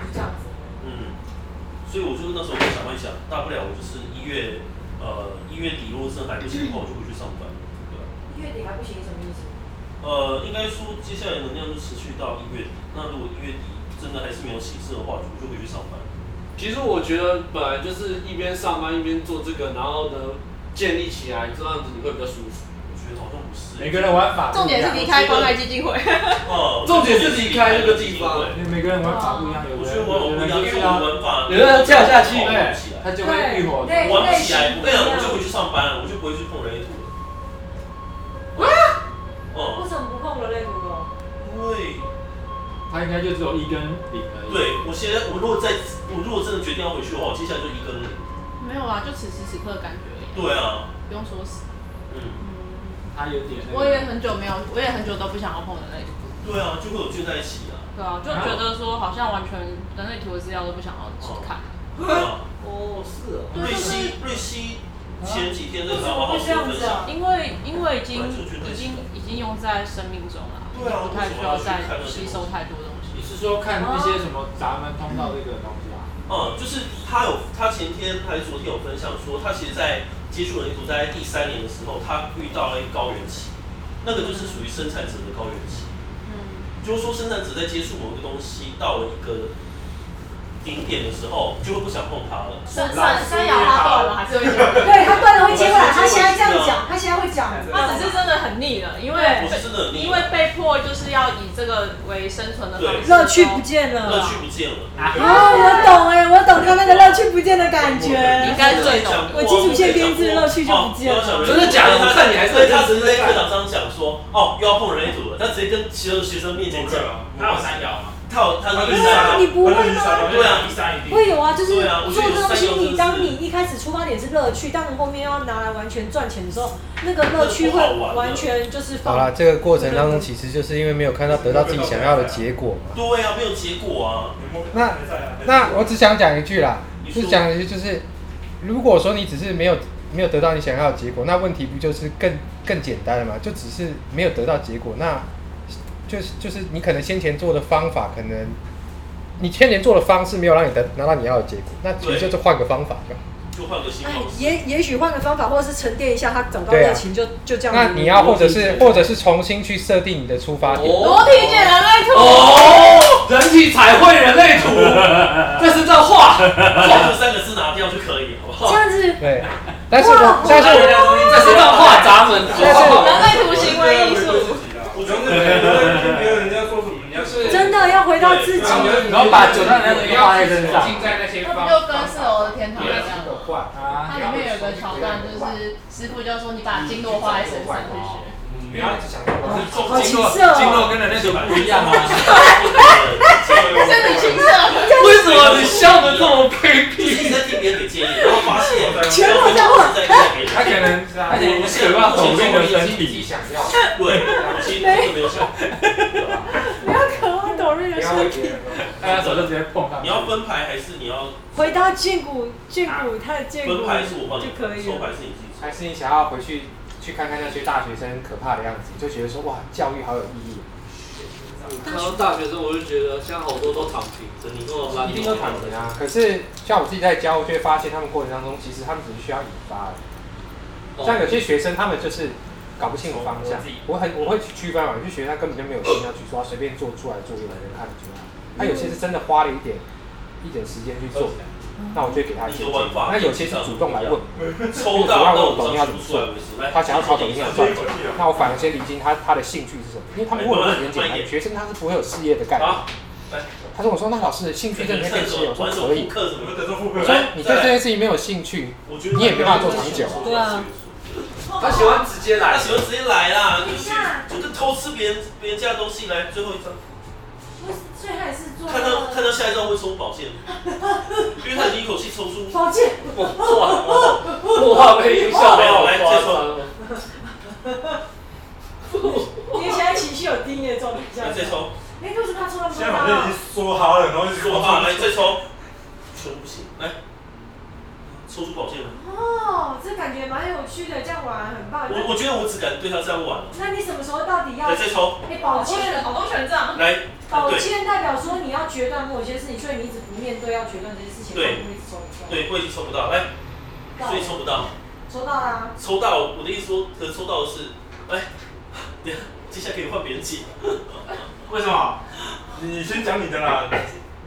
S6: 就这样子。
S1: 嗯，所以我就那时候就想一想，大不了我就是一月呃一月底如果真的还不行的话，我就回去上班。对啊
S6: 月底还不行什么意思？
S1: 呃，应该说接下来能量就持续到一月底。那如果一月底真的还是没有起色的话，我就回去上班。
S3: 其实我觉得本来就是一边上班一边做这个，然后呢建立起来，这样子你会比较舒服。
S1: 我觉得好像不是。
S9: 每个人玩法
S4: 重点是离开关爱基金会。
S1: 哦，
S3: 重点是离开那个地方。
S9: 每个人玩法不一样，有
S1: 我
S9: 的
S1: 觉
S9: 人
S1: 得玩我不一样，因为我玩法，
S3: 有人跳下去
S9: 对
S1: 起来，
S3: 他就会浴火。
S6: 对
S1: 我玩不起来，我跟
S6: 类型不一
S1: 你讲，我
S6: 样
S1: 就回去上班了，我就不会去碰人类图了。
S6: 为
S1: 哦，
S6: 啊什么不碰人类图了？
S1: 因为
S7: 他应该就只有一根零而已。
S1: 对我现在，我如果再，我如果真的决定要回去的话，我接下来就一跟零。
S4: 没有啊，就此时此刻的感觉而已。
S1: 对啊，
S4: 不用说死。
S1: 嗯，
S7: 他有点那个。
S4: 我也很久没有，我也很久都不想要碰人类图。
S1: 对啊，就会有聚在一起啊。
S4: 对啊，就觉得说好像完全人类图的资料都不想要去看。
S1: 对啊，
S3: 哦，是哦。
S4: 对
S1: 瑞
S4: 就是
S1: 希，瑞希前几天在
S6: 为什
S1: 找我好
S6: 么会这样
S1: 好分
S6: 子啊
S1: 享。？
S4: 因为因为已经
S1: 本来就觉得
S4: 已经已经用在生命中了，
S1: 对
S4: 就
S1: 啊
S4: 不太需要再吸收太多东西。
S7: 你是说看一些什么闸门通道这个东西啊？
S1: 嗯，就是他有，他前天还是昨天有分享说，他其实在接触人类图在第三年的时候，他遇到了一个高原期，那个就是属于生产者的高原期。
S4: 嗯，
S1: 就是说生产者在接触某个东西到了一个顶点的时候，就会不想碰它了。
S4: 虽虽虽然他断了，还是会想。
S6: 对他断了会接回来，他现在这样讲，他现在会讲。
S4: 他只是真的很腻了，因为
S1: 我是真的很腻
S4: 因为被迫就是要以这个为生存的方式，
S16: 乐趣不见
S3: 嗯
S1: 乐
S16: 了。
S1: 趣不见了。
S16: 啊，我懂哎，我懂他那个乐趣不见的感
S4: 应
S16: 觉。
S4: 该最懂的。
S16: 我基础线编制乐趣就不
S1: 哦
S16: 见了
S3: 真的假的我看你还是很
S1: 他直
S3: 认
S1: 接
S3: 真
S1: 在
S3: 在
S1: 课
S3: 看
S1: 堂上讲说，哦，又要碰人类组了，他直接跟其他学生面前讲，
S2: 啊他有三爻吗？
S1: 他有他那个
S16: 对啊，你不会吗？
S1: 对啊，
S16: 会有啊，就是
S1: 对啊我觉
S16: 做这
S1: 得
S16: 东西，
S1: 有三个
S16: 你当
S1: 就是
S16: 你一开始出发点是乐趣，当你后面要拿来完全赚钱的时候，那个乐趣会
S1: 那不好玩了
S16: 完全就是
S9: 好
S16: 放
S9: 了，这个过程当中其实就是因为没有看到得到自己想要的结果嘛。
S1: 对啊，没有结果啊。
S9: 那那我只想讲一句啦，
S1: 你说
S9: 就讲一句就是，如果说你只是没有没有得到你想要的结果，那问题不就是更更简单了吗？就只是没有得到结果，那就是就是你可能先前做的方法，可能你先前做的方式没有让你得拿到你要的结果，那其实就是换个方法就好。
S1: 就换个新
S16: 哎
S1: 方式。
S16: 也也许换个方法，或者是沉淀一下，他找到
S9: 对啊
S16: 热情就就这样。
S9: 那你要或者是或者是重新去设定你的出发点。
S4: 裸体解人类图，
S3: 哦，人体彩绘人类图，这是这画，
S1: 把这三个字拿掉就可以，好不好？
S16: 这样子，
S9: 对，但是我但是我
S3: 这是道画闸门。
S4: 人类图行为艺术，
S2: 我觉得没有人家说什么，你要是
S16: 真的要回到自己。
S7: 然后把九大男人画在身上。
S2: 在那些
S4: 那不就跟四楼的天堂一样
S7: 我
S4: 吗？
S7: 换
S4: 它
S7: 啊！
S4: 里面有个桥段，就是师傅就说你把经络画在身上去学。
S7: 不要想
S16: 好情色哦！
S7: 跟人那种不一样啊！
S4: 这是旅行社，
S3: 为什么你笑得这么卑
S1: 就
S3: 鄙？
S1: 是你在听别人给建议，然后发现
S16: 全部在问
S1: 在在给别人
S7: 他可能他可能是有办法否定的身体，
S1: 对，我其实真的没有想过。
S16: 不要可
S7: 要威胁人了，大家手就直接碰上去。
S1: 你要分牌还是你要
S16: 回到剑骨，剑骨他的剑骨
S1: 分牌是我帮你
S16: 就可以
S1: 抽牌
S16: 了。
S1: 是你自己
S9: 还是你想要回去去看看那些大学生可怕的样子，就觉得说哇，教育好有意义。
S3: 看到大学生，我就觉得现在好多都躺平的，你跟我 拉
S9: 一定都躺平啊！可是像我自己在教，我就会发现他们过程当中，其实他们只是需要引发而已。像有些学生，他们就是搞不清楚方向。哦我很我会去区分嘛，有些学生他根本就没有心要去做，他随便做出来做给人看就好。他有些是真的花了一点一点时间去做，那我就给他一些建议。那有些是主动来问，
S1: 抽
S9: 主动
S1: 到
S9: 来问
S1: 那
S9: 我
S1: 我
S9: 懂你要怎么做，他想要考怎么样赚钱，那我反而先理清他他的兴趣是什么，因为他们问我问题很简单，学生他是不会有事业的概念。他跟我说：“那老师兴趣这件事情，我说可以。
S1: 课什么的都不
S9: 我说
S2: 哎
S9: 你对这件事情没有兴趣，你也没办法做长久。
S16: 对啊，
S3: 他喜欢直接来
S1: 他喜欢直接来啦，就是就跟偷吃别人别人家的东西来最后一张，
S6: 不是，所以他也是做
S1: 看
S3: 啊
S1: 到看到下一张会抽宝剑，因为他已经一口气抽 出
S6: 宝剑，
S3: 我话被影响
S1: 没有来接
S3: 受。
S1: 抽，
S6: 你现在情绪有低的状态下
S1: 来，再抽，
S6: 哎，为什么他抽到
S2: 现在好像已经说好了，然后一直
S1: 说话来再抽，全部不行，来抽出宝剑来。
S6: 哦，这感觉蛮有趣的，这样玩很棒。
S1: 我我觉得我只敢对他这样玩了，
S6: 那你什么时候到底要？
S1: 来再抽，
S6: 哎，宝剑，
S14: 好多权杖，
S1: 来，
S6: 宝
S1: 对
S6: 剑代表说你要决断某些事情，所以你一直不面对要决断这些事情，
S1: 对
S6: 你会一直抽抽。
S1: 对，我已经抽不到，来，所以抽不到，
S6: 抽到啦，
S1: 抽到我的意思说，可能抽到的是，来， 等一下接下来可以换别人解，
S2: 为什么？你先讲你的啦。
S7: 你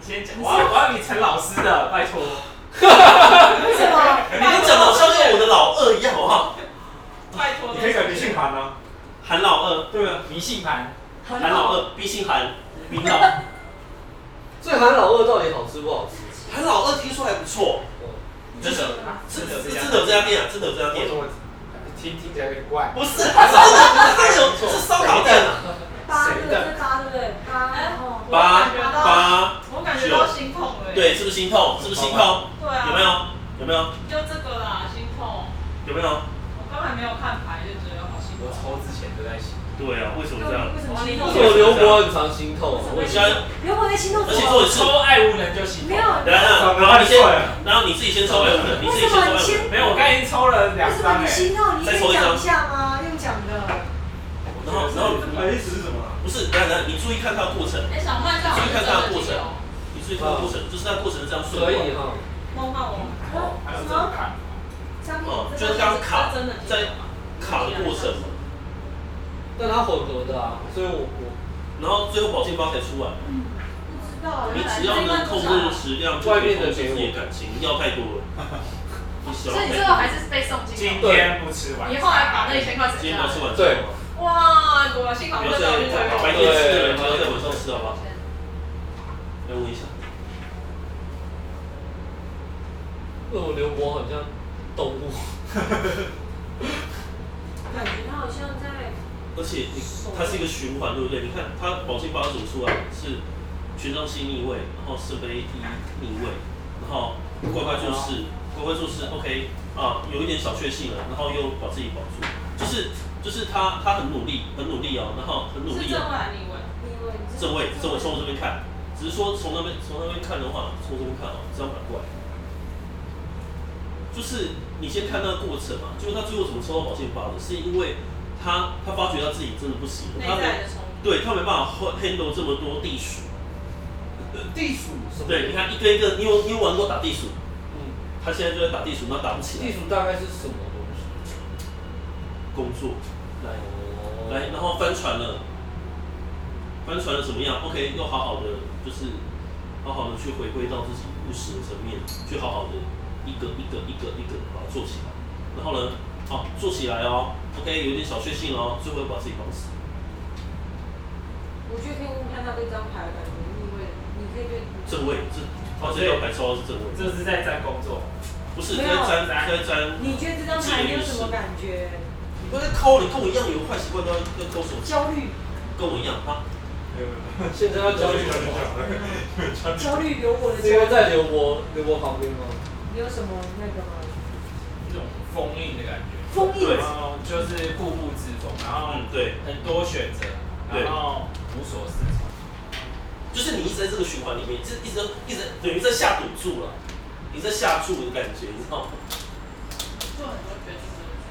S7: 先讲，我要我要你陈老师的，拜托。
S6: 为什么？
S1: 你们讲老像跟我的老二一样好不好？
S14: 拜托
S2: 你可以改迷信函啊。
S1: 韩老二，
S7: 对啊，迷信盘，
S6: 很
S1: 韩老
S6: 好，
S1: 二，B 姓韩，明老，
S3: 所以韩老二到底好吃不好吃？
S1: 韩老二听说还不错，就是是是真的有这家店啊，真的有这家店，
S9: 听听起来有点怪。
S1: 不是，韩老二真的有是烧烤店啊，
S6: 八对不对？这八对不对？八，哦然后
S1: 八八，
S14: 我感觉到心痛了。
S1: 对，，是不是心痛？是不是心痛？
S14: 对啊
S1: 有没有？有没有？
S14: 就这个啦，心痛。
S1: 有没有？
S14: 我刚才没有看牌就觉得好心
S7: 我
S14: 痛。
S7: 抽之前都在 想，
S1: 对啊，为什么这样？
S6: 为什么
S3: 为
S6: 心动
S3: 什？么刘伯很常心痛啊？
S1: 我先，
S6: 刘伯在心动什
S1: 而且做一
S6: 么？
S1: 次，
S7: 抽爱无能就行。
S6: 没有，
S1: 等一下，
S2: 长得
S1: 然后
S2: 太
S1: 你先
S2: 帅了，
S1: 然后你自己先抽外文的，你自
S6: 为
S1: 己
S6: 什
S1: 先抽外
S6: 么
S1: 文
S6: 你
S1: 的。
S6: 先？
S7: 没有，我刚才已经抽了两
S6: 为什么
S7: 张
S6: 你
S7: 哎。
S6: 心动？你可
S1: 再抽
S6: 以
S1: 一张
S6: 讲一下吗？用讲的。
S1: 然后然后
S2: 他的意思是什么啊？
S1: 不是，等一下等一下，你注意看它的过程，
S14: 哎，想问一下，我们
S1: 你注意看它的过程，就是它的过程是这样顺过
S3: 所
S1: 来
S3: 以哈，
S14: 梦到我，
S6: 啊
S7: 还有
S6: 什
S7: 这
S6: 么
S7: 种？卡，
S6: 商品
S1: 哦，？就
S6: 这
S1: 是
S6: 个
S1: 刚卡
S14: 真的
S1: 在卡的过程嘛，
S3: 但他混合的啊，所以我我
S1: 然后最后保健包才出来。
S6: 不知道，
S1: 你只要能控
S6: 啊
S1: 制食量，啊就可以控制自己的感情，要 太多了。你想
S14: 所
S1: 要
S14: 以你最
S1: 太
S14: 后还是被送进
S7: 今。天不吃完。
S14: 你后来把那一千块省
S1: 今天
S14: 下
S1: 晚上吃
S14: 来。
S1: 晚
S3: 对
S1: 餐吗？
S14: 哇，果然幸好
S1: 不
S14: 没
S1: 要
S14: 有
S1: 在
S14: 早就退
S1: 白
S14: 货。
S1: 天吃的人不要在晚上吃，好不好？来闻一下，
S3: 为什么刘伯好像动物？
S6: 感觉他好像在。
S1: 而且你它是一个循环，对不对？你看它保健包怎么出来？是权杖星逆位，然后圣杯一逆位，然后乖乖做事，乖乖做事，OK 啊，有一点小确幸了，然后又把自己保住，就是就是他他很努力，很努力哦，然后很努
S14: 是
S1: 力
S14: 正
S1: 哦
S14: 位。还是逆位？
S1: 正位，正位从我这边看，只是说从那边从那边看的话，从这边看啊，这样反过来，就是你先看那个过程嘛，就是他最后怎么抽到保健包的，是因为他他发觉他自己真的不行了，
S14: 内
S1: 他
S14: 在的
S1: 没
S14: 冲
S1: 对他没办法 handle 这么多地鼠，
S3: 地鼠什么？
S1: 对，你看一个一个，你有你有玩过打地鼠，
S3: 嗯，
S1: 他现在就在打地鼠，那打不起
S3: 地
S1: 来，
S3: 鼠大概是什么东西？
S1: 工作，来
S3: 哦
S1: 来，然后翻船了，翻船了怎么样？OK，又好好的，就是好好的去回归到自己务实的层面，去好好的一个一个一个一个把它做起来。然后呢，好、做起来哦，OK，有点小确幸哦，最后又把自己绑死。
S6: 我觉得可以按照那张牌感觉逆位，你可以对。
S1: 正位，这哦，这条牌抽到是正位，
S7: 这是在占工作，
S1: 不是在粘在粘，
S6: 你觉得这张牌你有什么感觉？
S1: 你不要再抠，你跟我一样有坏习惯都要要抠手机，
S6: 焦虑，
S1: 跟我一样啊。
S3: 现在要教育什么？
S6: 焦虑有我的
S3: 是因为
S6: 焦虑，
S3: 在刘伯刘伯旁边吗？
S6: 你有什么那个吗？
S7: 一种封印的感觉，
S6: 封印
S1: 对
S7: 然后就是固步自封，然后
S1: 嗯，对，
S7: 很多选择，然后无所适从。
S1: 就是你一直在这个循环里面，就是一直一直等于在下赌注了，你在下注的感觉，你知道吗？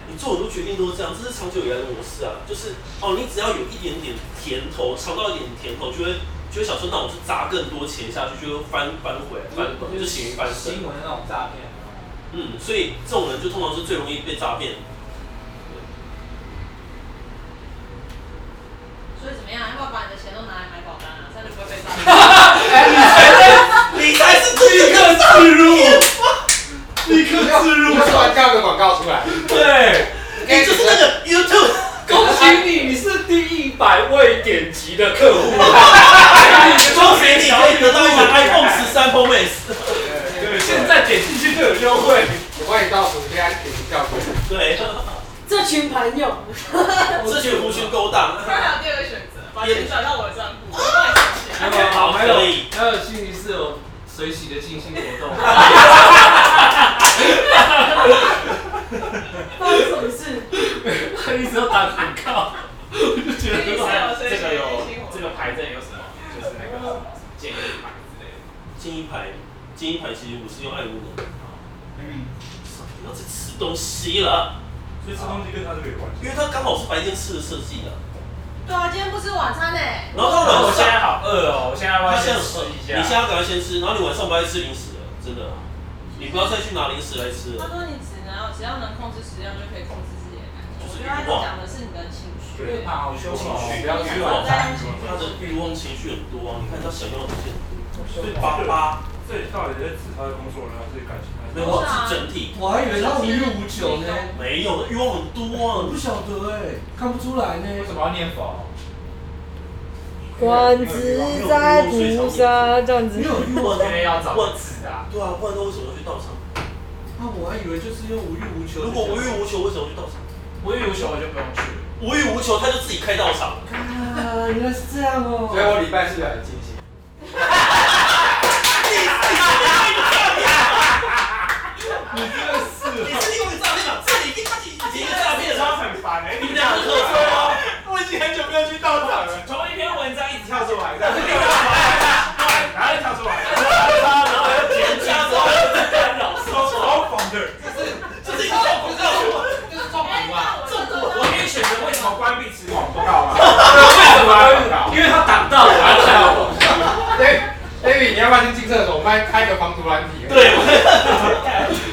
S1: 你做很多决定都是这样，这是长久以来的模式啊。就是哦，你只要有一点点甜头，尝到一点甜头，就会就会想说，那我就砸更多钱下去，就会翻翻回来，翻嗯就咸鱼翻身。
S9: 新闻的那种诈骗，
S1: 嗯，所以这种人就通常是最容易被诈 骗的。
S4: 所以怎么样？要不要把你的钱都拿来买保单啊？这样就不会被诈
S1: 骗。你才是第一个自入，
S2: 立刻自入，
S9: 突然跳个广告出来，
S2: 对，
S1: 你就是那个 YouTube，
S3: 恭喜你，你是第一百位点击的客户。
S1: 恭喜哎你可以得到一台 iPhone 十三 Pro Max。
S3: 对，现在点进去就有优惠。
S9: 我帮你倒数，现在点击跳过。
S1: 对，
S6: 这群朋友，
S1: 这群胡须勾当。
S4: 不然还有第二个选择，把钱转到我的账户，我帮你
S3: 还
S4: 存
S3: 有
S4: 钱。
S3: 好，还有
S1: 可以
S3: 还有去是有水洗的进行活动。
S6: 发生什么事？
S3: 他一直要打广告，我就觉得很好。
S2: 这个有这个牌证有什么？就是那个建议牌之类的。
S1: 金一牌，金一牌其实我是用爱屋的。
S2: 嗯，
S1: 不要再吃东西了，
S2: 所以吃东西跟他这个有关系。
S1: 因为它刚好是白天吃的设计的。
S4: 对啊，今天不吃晚餐呢。
S1: 然后到
S2: 我
S1: 晚
S2: 现在
S1: 上，
S2: 好饿哦，我现在要不
S1: 他
S2: 要
S1: 现
S2: 先
S1: 在
S2: 吃一下？
S1: 你现在赶快先吃，然后你晚上不要再吃零食了，真的。啊你不要再去拿零食来吃
S4: 他
S1: 了。
S4: 说你只能只要能控制食量就可以控制自己的感觉。
S1: 就
S4: 我
S1: 是
S4: 觉得他
S1: 欲望
S4: 讲的是你的情绪。
S2: 对啊，好凶哦，不要去
S1: 欲望，
S2: 晚餐。
S1: 他的欲望情绪很多啊，你看他想要的东西很多。
S2: 所以八八，所以到底在指他的工作呢，还是感情？
S1: 没有，是整体。
S17: 我还以为他无欲无求呢，
S1: 没有，欲望很多啊
S17: 我。不晓得哎、看不出来呢。
S9: 为什么要念佛？
S6: 观自在菩萨这样子
S17: 没，有欲
S1: 我
S17: 望
S1: 觉
S17: 啊
S1: 得
S9: 要找
S1: 我
S9: 子啊！
S1: 对啊，不然他为什么要去道场？
S17: 啊，我还以为就是因为无欲无求。
S1: 如果无欲无求，为什么要去道场？
S2: 无欲无求我就不用去。
S1: 无欲无求，他就自己开 道场。
S17: 啊，原来是这样哦、
S9: 所以我礼拜四来进行。
S1: 你是另外一个诈骗嘛？这里一个一个诈骗
S2: 他
S1: 啊！
S2: 很烦哎，
S1: 你们俩很合作哦。
S9: 我已经很久没有去道场了。
S2: 从一篇文章一直跳出来，然后又跳出来，然后又
S1: 人家说
S2: 超疯的。
S1: 这是一个叫广告。
S9: 就是中毒啊！
S2: 我可以选择为什么关闭此广告吗？为什么要搞？
S3: 因为他挡到我，他挡到我。
S9: 对，David，你要不要先进厕所？我帮你开个防毒软体。
S1: 对，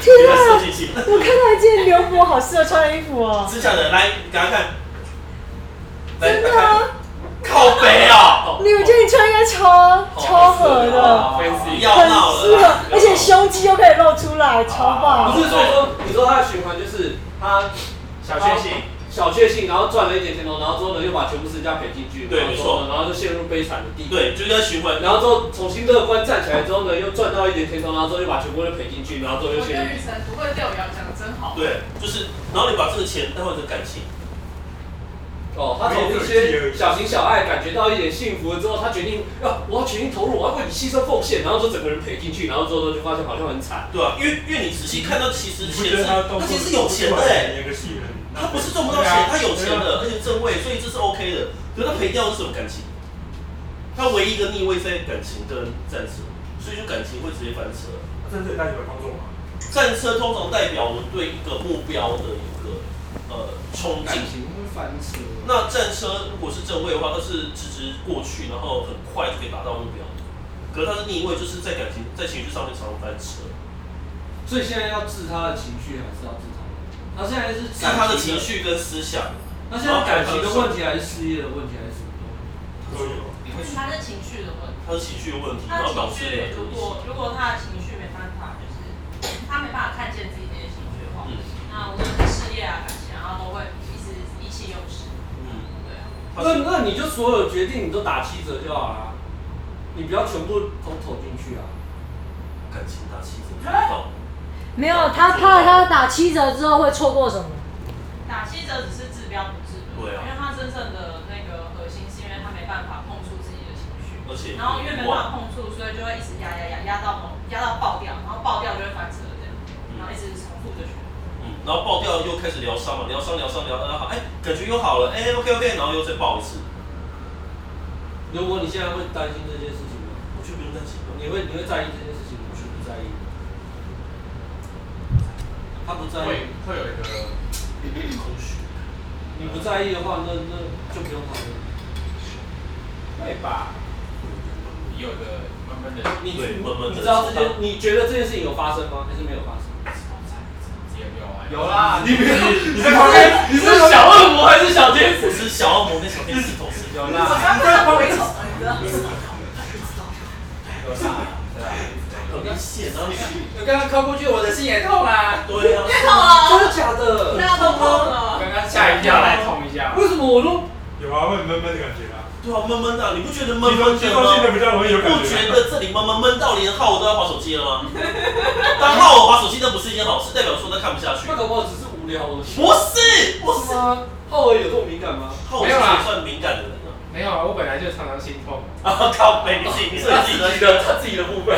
S6: 天
S1: 原来设
S6: 啊！
S1: 计系。
S6: 我看到一件刘伯好适合穿的衣服 哦，
S1: 之前的来，给他看。来
S6: 真的啊，
S1: 靠北啊！
S6: 你我觉得你穿应该超
S4: 哦
S6: 超合的，啊
S1: 不
S9: Fancy。
S1: 要
S6: 很
S1: 闹
S6: 适
S1: 了
S6: 合
S1: 啦，，
S6: 而且胸肌又可以露出来，超棒
S3: 不。是所以说，你说他的循环就是他
S2: 小确幸，
S3: 小确幸，然后赚了一点钱头，然后之后呢又把全部身家赔进去，
S1: 对
S3: 然后之后呢然后就陷入悲惨的地步。
S1: 对，就是在循环。
S3: 然后之后重新乐观站起来之后呢，又赚到一点钱头，然后之后又把全部都赔进去，然后之后
S4: 我
S3: 又
S4: 觉得
S3: 陷入
S4: 雨神不会对我要讲的真好。
S1: 对，就是，然后你把这个钱带回你的感情，
S3: 哦，他从一些小情小爱感觉到一点幸福之后，他决定要我要全心投入，我要为你牺牲奉献，然后就整个人赔进去，然后之后呢就发现好像很惨。
S1: 对啊吧、因为因为你仔细看到，其实
S2: 你不
S1: 钱
S2: 觉
S1: 是
S2: 得他
S1: 他其实有钱的哎、
S2: 演个戏人，
S1: 他不是赚不到
S2: 啊
S1: 钱，他有钱的，而且正位，所以这是 OK 的。可是他赔掉的是什么感情？他唯一一个逆位在感情跟战车，所以就感情会直接翻车。
S2: 真的代表工作吗？
S1: 战车通常代表我们对一个目标的一个呃冲
S17: 感情
S1: 劲。
S17: 会翻车。
S1: 那战车如果是正位的话，它是直直过去，然后很快就可以达到目标。可是它是逆位，就是在感情、在情绪上面常常翻车。
S17: 所以现在要治他的情绪，还是要治他？他现在是
S1: 是他的情，绪跟思想。
S17: 他现在感情的问题，还是事业的问题，还是什么？
S2: 都有。
S4: 是他的情绪的问题。
S1: 他的情绪有问题，
S4: 他
S1: 然后导
S4: 情
S1: 致
S4: 绪
S1: 两个
S4: 如
S1: 一
S4: 果
S1: 起。
S4: 如果他的情绪没办法，就是他没办法看见自己这些情绪的话，
S1: 嗯
S4: 那无论是事业啊、感情啊，都会一直意气用事。
S1: 嗯，
S4: 对啊，
S1: 他
S3: 那
S1: 是
S3: 那你就所有决定你都打七折就好了，你不要全部都投进去啊。
S1: 感情大气怎么到？
S6: 没有，他怕他打七折之后会错过什么？
S4: 打七折只是治标不治本，
S1: 对
S4: 因
S1: 啊
S4: 为他真正的那个核心是因为他没办法碰触自己的情绪，
S1: 而且
S4: 然后因为没办法碰触，所以就会一直压压压压到某压到爆掉，然后爆掉就会翻车这样，
S9: 嗯
S4: 然后一直重复的循环。
S1: 嗯，然后爆掉又开始疗伤嘛，疗伤疗伤疗伤，然后哎、感觉又好了，哎、OK OK，然后又再爆一次。
S3: 如果你现在会担心这件事情吗？
S1: 那行动，你会你会在意这件事情，你是不在意。他不在意，
S2: 会有一个
S1: 空虚。你不在意的话，那那就不用讨论。
S2: 会吧？有的慢慢的，
S1: 你
S2: 对
S1: 你你知道这件，你觉得这件事情有发生吗？还是没有发生？
S2: 也没有啊，
S1: 有啦
S2: 你
S1: 你
S2: 你在旁边，
S1: 你
S2: 在
S1: 是
S2: 旁边
S1: 小恶魔还是小天使？我是小恶魔跟小天使同时。有
S2: 啦
S14: 他不是回头，你知道
S9: 嗯
S14: 吗？
S2: 有啦，对啊。
S1: 很明显，然后你
S7: 我刚刚靠过去，我的心也痛啦。
S1: 对啊，
S14: 别痛
S4: 哦
S14: 了
S7: 真的假的？
S14: 大家都懵
S9: 嗯
S14: 了。
S7: 刚刚吓一跳，来痛一下。
S1: 为什么我都
S2: 有啊，会闷闷的感觉啊。
S1: 对啊，闷闷的啊，你不觉得闷闷
S2: 肌
S1: 的
S2: 肉
S1: 吗？
S2: 性的比较容易有感觉啊
S1: 不觉得这里闷闷闷到连号我都要划手机了吗？当号我划手机，那不是一件好事，代表说他看不下去。
S3: 那搞不好只是无聊
S1: 不
S3: 的。
S1: 是，不是，
S3: 浩尔有这么敏感吗？
S1: 浩我是也算敏感的人啊。
S9: 没有啊，我本来就常常心痛。
S1: 啊 靠北，你自己你是你自己的，
S3: 他自己的部 分。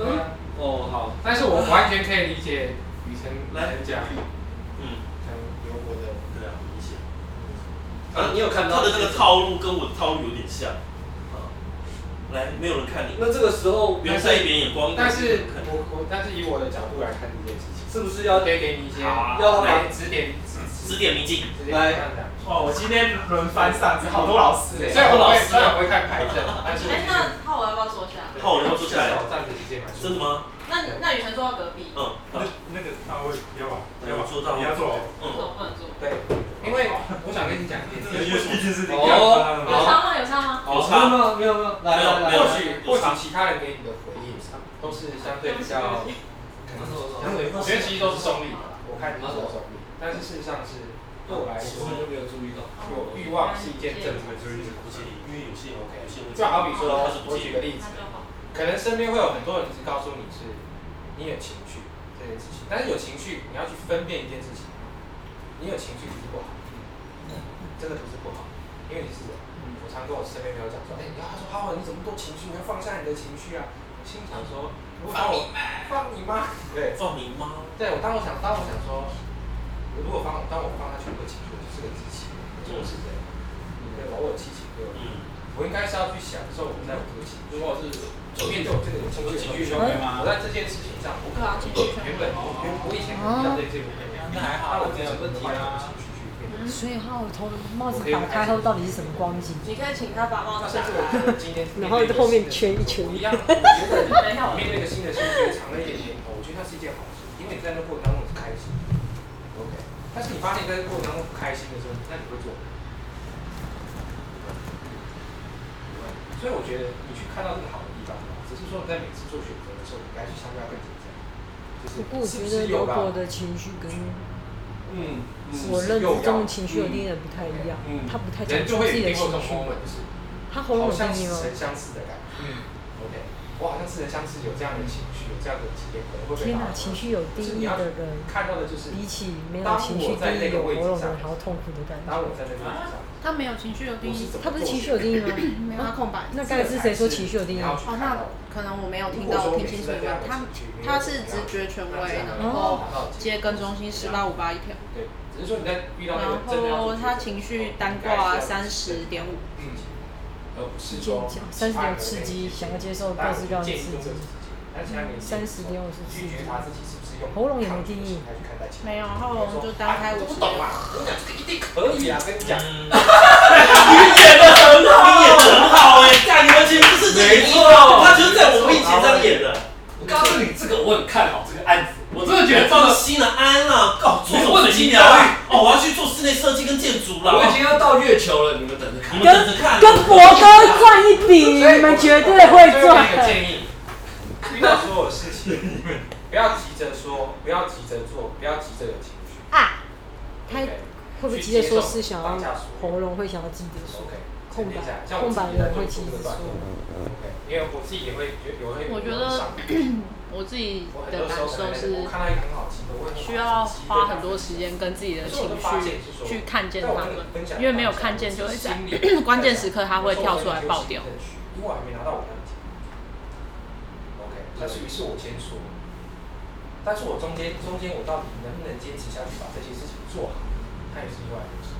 S9: 对啊
S3: 哦，好。
S9: 但是我完全可以理解雨辰来讲，
S1: 嗯，
S9: 很有我的
S1: 对啊，明显。
S3: 啊你有看到
S1: 他的那个套路跟我的套路有点像。啊来，没有人看你。
S3: 那这个时候
S1: 留在一边眼光。
S9: 但是我我但是以我的角度来看这件事情，
S3: 是不是要
S9: 可以给你一些
S3: 要他
S9: 来
S3: 把
S9: 指点指
S1: 指点迷津。
S9: 指点看看。
S2: 哇，我今天轮番上，这好多老师哎、
S9: 虽然我会虽然我会看牌阵，但是
S14: 哎，那浩文要不要坐下？
S1: 浩文要坐下来
S9: 我站着直接买。
S1: 真的吗？
S14: 那那雨辰坐到隔壁，
S1: 嗯，
S2: 那那个大卫要吧，要吧
S1: 我，做到。
S2: 你要做哦，
S14: 不
S1: 嗯，
S14: 能坐。
S9: 对，因为我想跟你讲一件
S2: 因为
S9: 事，
S2: 毕竟是你
S9: 嗯
S3: 哦
S14: 有伤吗？有伤吗？
S1: 有
S3: 没
S1: 差。
S3: 有没有没有没有，来来
S1: 没有
S3: 来，
S9: 或许或许其他人给你的回应都是相对比较，可能我觉得其实都是中立的啦，我看你是中立，但是事实上是对我来说，
S3: 就没有注意到。
S4: 哦
S9: 有欲望是一件正常的事情。
S1: 不介意，因为有些人 OK，有些人会
S9: 就好比说
S1: 他是，不
S9: 我
S1: 介意
S9: 举个
S1: 的。
S9: 例子
S14: 他，就好。
S9: 可能身边会有很多人只告诉你是你有情绪这件事情，但是有情绪你要去分辨一件事情，你有情绪不是不好，真的不是不好，因为你是人。我常跟我身边朋友讲说，哎、你要他说浩文你怎么多情绪，你要放下你的情绪啊。我心想说，如果当我放你妈，对
S1: 放你妈！
S9: 对，我当我想当我想说，我如果放当我放下全部的情绪，我就是个机器，我就是人，对吧？我有七情六欲。
S1: 嗯，
S9: 我应该是要去享受我在我这个情绪，如果是我面对我这个情绪情绪
S7: 兄弟吗
S9: 我在这件事情上，我可能原本我原我以前可能遇到这件事情，那还好，我这样问题啊，情绪去面对。
S16: 所以哈，我头帽子打开后到底是什么光景？
S14: 你可以请他把帽
S9: 那
S14: 子打
S9: 甚至
S14: 开。
S9: 我今天，
S16: 然后后面圈一圈
S9: 一样，我面对一个新的事情，尝了一点甜头，我觉得那是一件好事，因为你在那过程当中是开心，OK。但是你发现你在这过程当中不开心的时候，那你会做？所以我觉得你去看到这个好的地方，只是说你在每次做选择的时候，你该去相对要更谨慎。就是
S16: 不过我觉
S9: 是不
S16: 得
S9: 是有
S16: 刘
S9: 啦
S16: 果的情绪跟
S9: 嗯，嗯
S16: 我认知中的情绪有
S9: 是
S16: 定
S9: 有
S16: 的不太一样
S9: 嗯，，
S16: 他不太讲
S9: 人就
S16: 出
S9: 会
S16: 自
S9: 有
S16: 己的
S9: 一定会有
S16: 情
S9: 这种
S16: 绪
S9: moment，就是
S16: 他喉咙
S9: 好
S16: 有
S9: 像
S16: 定
S9: 似
S16: 哦。
S9: 曾相识的感觉。嗯，OK，我好像似曾相识，有这样的情绪，有这样的体验，可能会被
S16: 天
S9: 打
S16: 哪，
S9: 动
S16: 情绪有
S9: 就
S16: 定
S9: 是
S16: 义
S9: 你要
S16: 的人，
S9: 看到的就是，
S16: 比起没有情绪定义有喉咙的人还要痛苦的感
S9: 当
S16: 觉。
S9: 我在那个位置上，
S4: 啊他没有情绪有定义，
S16: 他不是情绪有定义吗？
S4: 没有
S9: 啊
S4: 他空白。
S16: 那刚才是谁说情绪有定义？
S4: 哦，那可能我没有听到，我听清楚了。他他是直觉权威，然后接跟中心十八五八一条，
S9: 对，只是说你在遇到那个真的
S4: 然
S9: 要
S4: 后
S9: 做
S4: 他
S9: 决
S4: 情
S9: 定
S4: 绪
S9: 哦的时候
S4: 单挂三十，点五，
S9: 你该是要嗯，而不是
S16: 尖
S9: 说
S16: 叫，三十点刺激，想要接受各式各样的刺
S9: 建议
S16: 激嗯
S9: 用这个。但其他人
S16: 30.5是
S9: 拒绝他自己是不是用
S16: 喉咙也没定义
S9: 他去看待其他人
S4: 没有，然后我们就单开
S9: 我
S4: 五
S9: 都不
S4: 十
S9: 懂啊，我跟你讲这个一定可以啊，跟你讲，
S1: 嗯，你演的很好，嗯你演的很好哎，干你完全不是没错，他就是在我面前这样演的。
S3: 我告诉你，这个我很看好这个案子，我真的
S1: 觉
S3: 觉得
S1: 得
S3: 放
S1: 放
S3: 到，
S1: 心了，安了，哦，做手术医疗，哦，我要去做室内设计跟建筑了。
S3: 我已经要到月球了，你们等着看。
S1: 你们啊等着看，
S16: 跟博哥赚一笔，
S9: 所以
S16: 你们绝对会
S9: 最后一个
S16: 赚。
S9: 建议，遇到所有事情，不要急着说，不要急着做，不要急着有情绪。
S16: 啊，他
S9: 对
S16: 会不会急着说是想要喉咙会想要记得说
S9: OK，
S16: 空白
S9: 沉淀下来像我
S16: 空
S9: 自
S16: 白
S9: 己在
S16: 人
S9: 做
S16: 会
S9: 这
S16: 急
S9: 个
S16: 着
S9: 段
S16: 说
S9: 落。OK，因为我自己也会有有会，
S4: 我觉得
S9: 上
S4: 我自己
S9: 我很
S4: 的
S9: 多
S4: 感
S9: 时候可
S4: 受
S9: 能
S4: 是
S9: 我看到一个很好吃的，我会很好
S4: 需要
S9: 奇
S4: 花很多时间跟自己的情绪去看见他们，因为没有看见就会在关键时刻他会跳出来爆掉。。
S9: 因为我还没拿到我的解 OK，那属于是我先说，但是我中间中间我到底能不能坚持下去把这些事情做好，那也是另外一回事。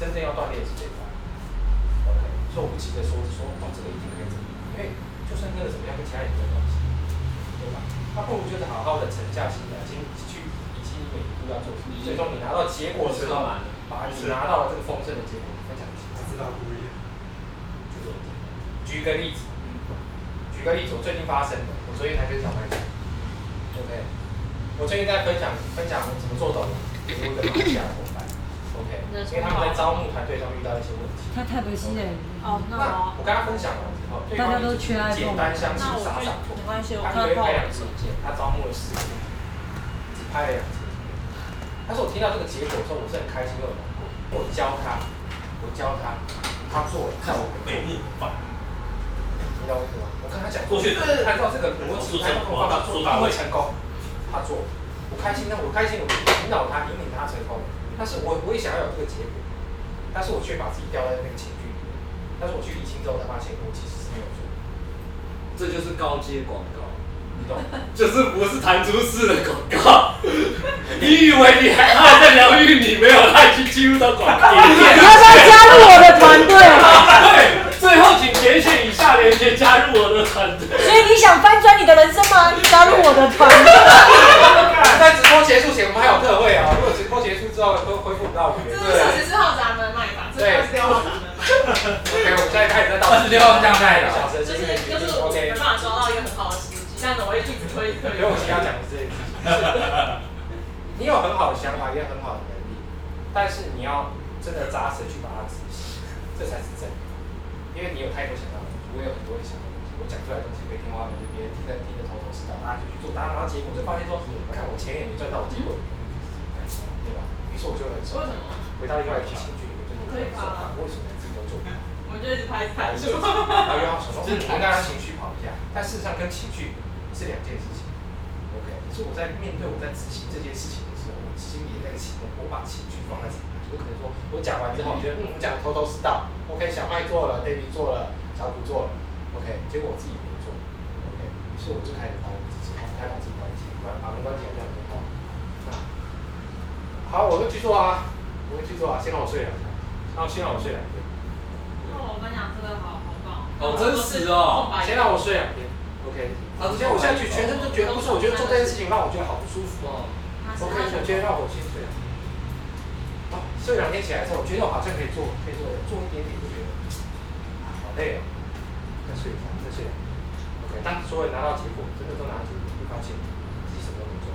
S9: 真正要锻炼是这一块。OK，所以我不急着说说哦，这个一定可以怎么样，因为就算那个怎么样，跟其他人没有关系，对吧？他不如就是好好的沉下心来，先去理清每一步要做什么，最终你拿到结果之后，把你拿到的这个丰盛的结果分享出去。知道故意。举个例子，举个例子，我最近发生的，我昨天才跟小白讲，对不对？我最近在分享分享我怎么做抖音，我的马来西亚伙伴，OK，因为他们在招募团队上遇到一些问题。
S6: 他太不吸人。
S18: 哦，那
S9: 那我跟他分享完之后，对
S6: 大家
S9: 方
S6: 都缺爱
S9: 简单相信傻傻做，
S18: 没关系，我
S9: 他
S18: 看
S9: 约
S18: 到
S9: 拍两次影片，他招募了四个人，只拍了两次影片。但是我听到这个结果之后，我是很开心又很难过。我教他，我教他，他做了，但我没做。你懂我意思吗？我跟他讲，
S1: 过去
S9: 按照这个逻辑，按照这种方法做，他会成功。他做，我开心，那我开心，我引导他，引领他成功。但是我我也想要有这个结果，但是我却把自己掉在那个情绪里面。但是我去理清之后才发现，我其实是没有做。
S3: 这就是高阶广告，
S9: 你懂？
S3: 就是不是弹出式的广告。 你以为你还他还在疗愈你，没有，他已经进入到广告里面。
S6: 你要不要加入我的团队？
S3: 对，最后请点选以下链接加入我的团队。
S6: 所以你想翻转你的人生吗？加入我的团队。
S9: 在直播结束前，我们还有特惠啊！如果直播结束之后恢恢复不到我们原
S4: 这
S9: 本，
S4: 是四十四号闸门卖法，这是二十六号闸门卖法。
S9: OK，我们现在开始在倒数
S8: 26号这样卖了
S9: 小声
S4: 就是
S9: 声音的决
S4: 就
S9: 定
S4: 是我
S9: OK
S4: 没。办法抓到一个很好的时机，但是我会一直推推。
S9: 所以我今天要讲的是这件事情，你有很好的想法，也有很好的能力，但是你要真的扎实地去把它执行，这才是真的。因为你有太多想到的东西，我也有很多想到的东西，我讲出来的东西可以天花乱坠，别人听得听得头头是道，大家就去做，大家拿到结果就发现说，我看我钱也没赚到，我结果也没有对吧？于是我就很受伤，回到另外一个情绪里面，就是我很受伤，为什么自己都做不好？
S4: 我就一直 拍
S9: 然
S4: 拍
S9: 后又要手动，我们当然情绪跑一下，但事实上跟情绪是两件事情。OK，所以我在面对我在执行这件事情的时候，我心里那个情，我把情绪放在什么？有可能说我讲完之后，我觉得嗯，我讲的头头是道。OK，小麦做了，David 做了，小谷做了。OK，结果我自己没做。OK，于是我就开始把我自己，开始把自己关起来，把门关起来，这样很好。那好，我会去做啊，我会去做啊，先让我睡两下，然后先让我睡两天。
S4: 那我分享这个好好棒，
S3: 好真实哦
S9: 啊先让我睡两天，OK。好，现在我现在就全身都觉得哦不是，我觉得做这件事情让我觉得好不舒服哦。OK，我
S4: 啊
S9: 觉得让我先睡两天。哦，睡两天起来之后，我觉得我好像可以做，可以做，做一点点就觉得好累哦。再睡一下，再睡两天。OK，当所有人拿到结果，真的都拿到结果，会发现自己什么都没做。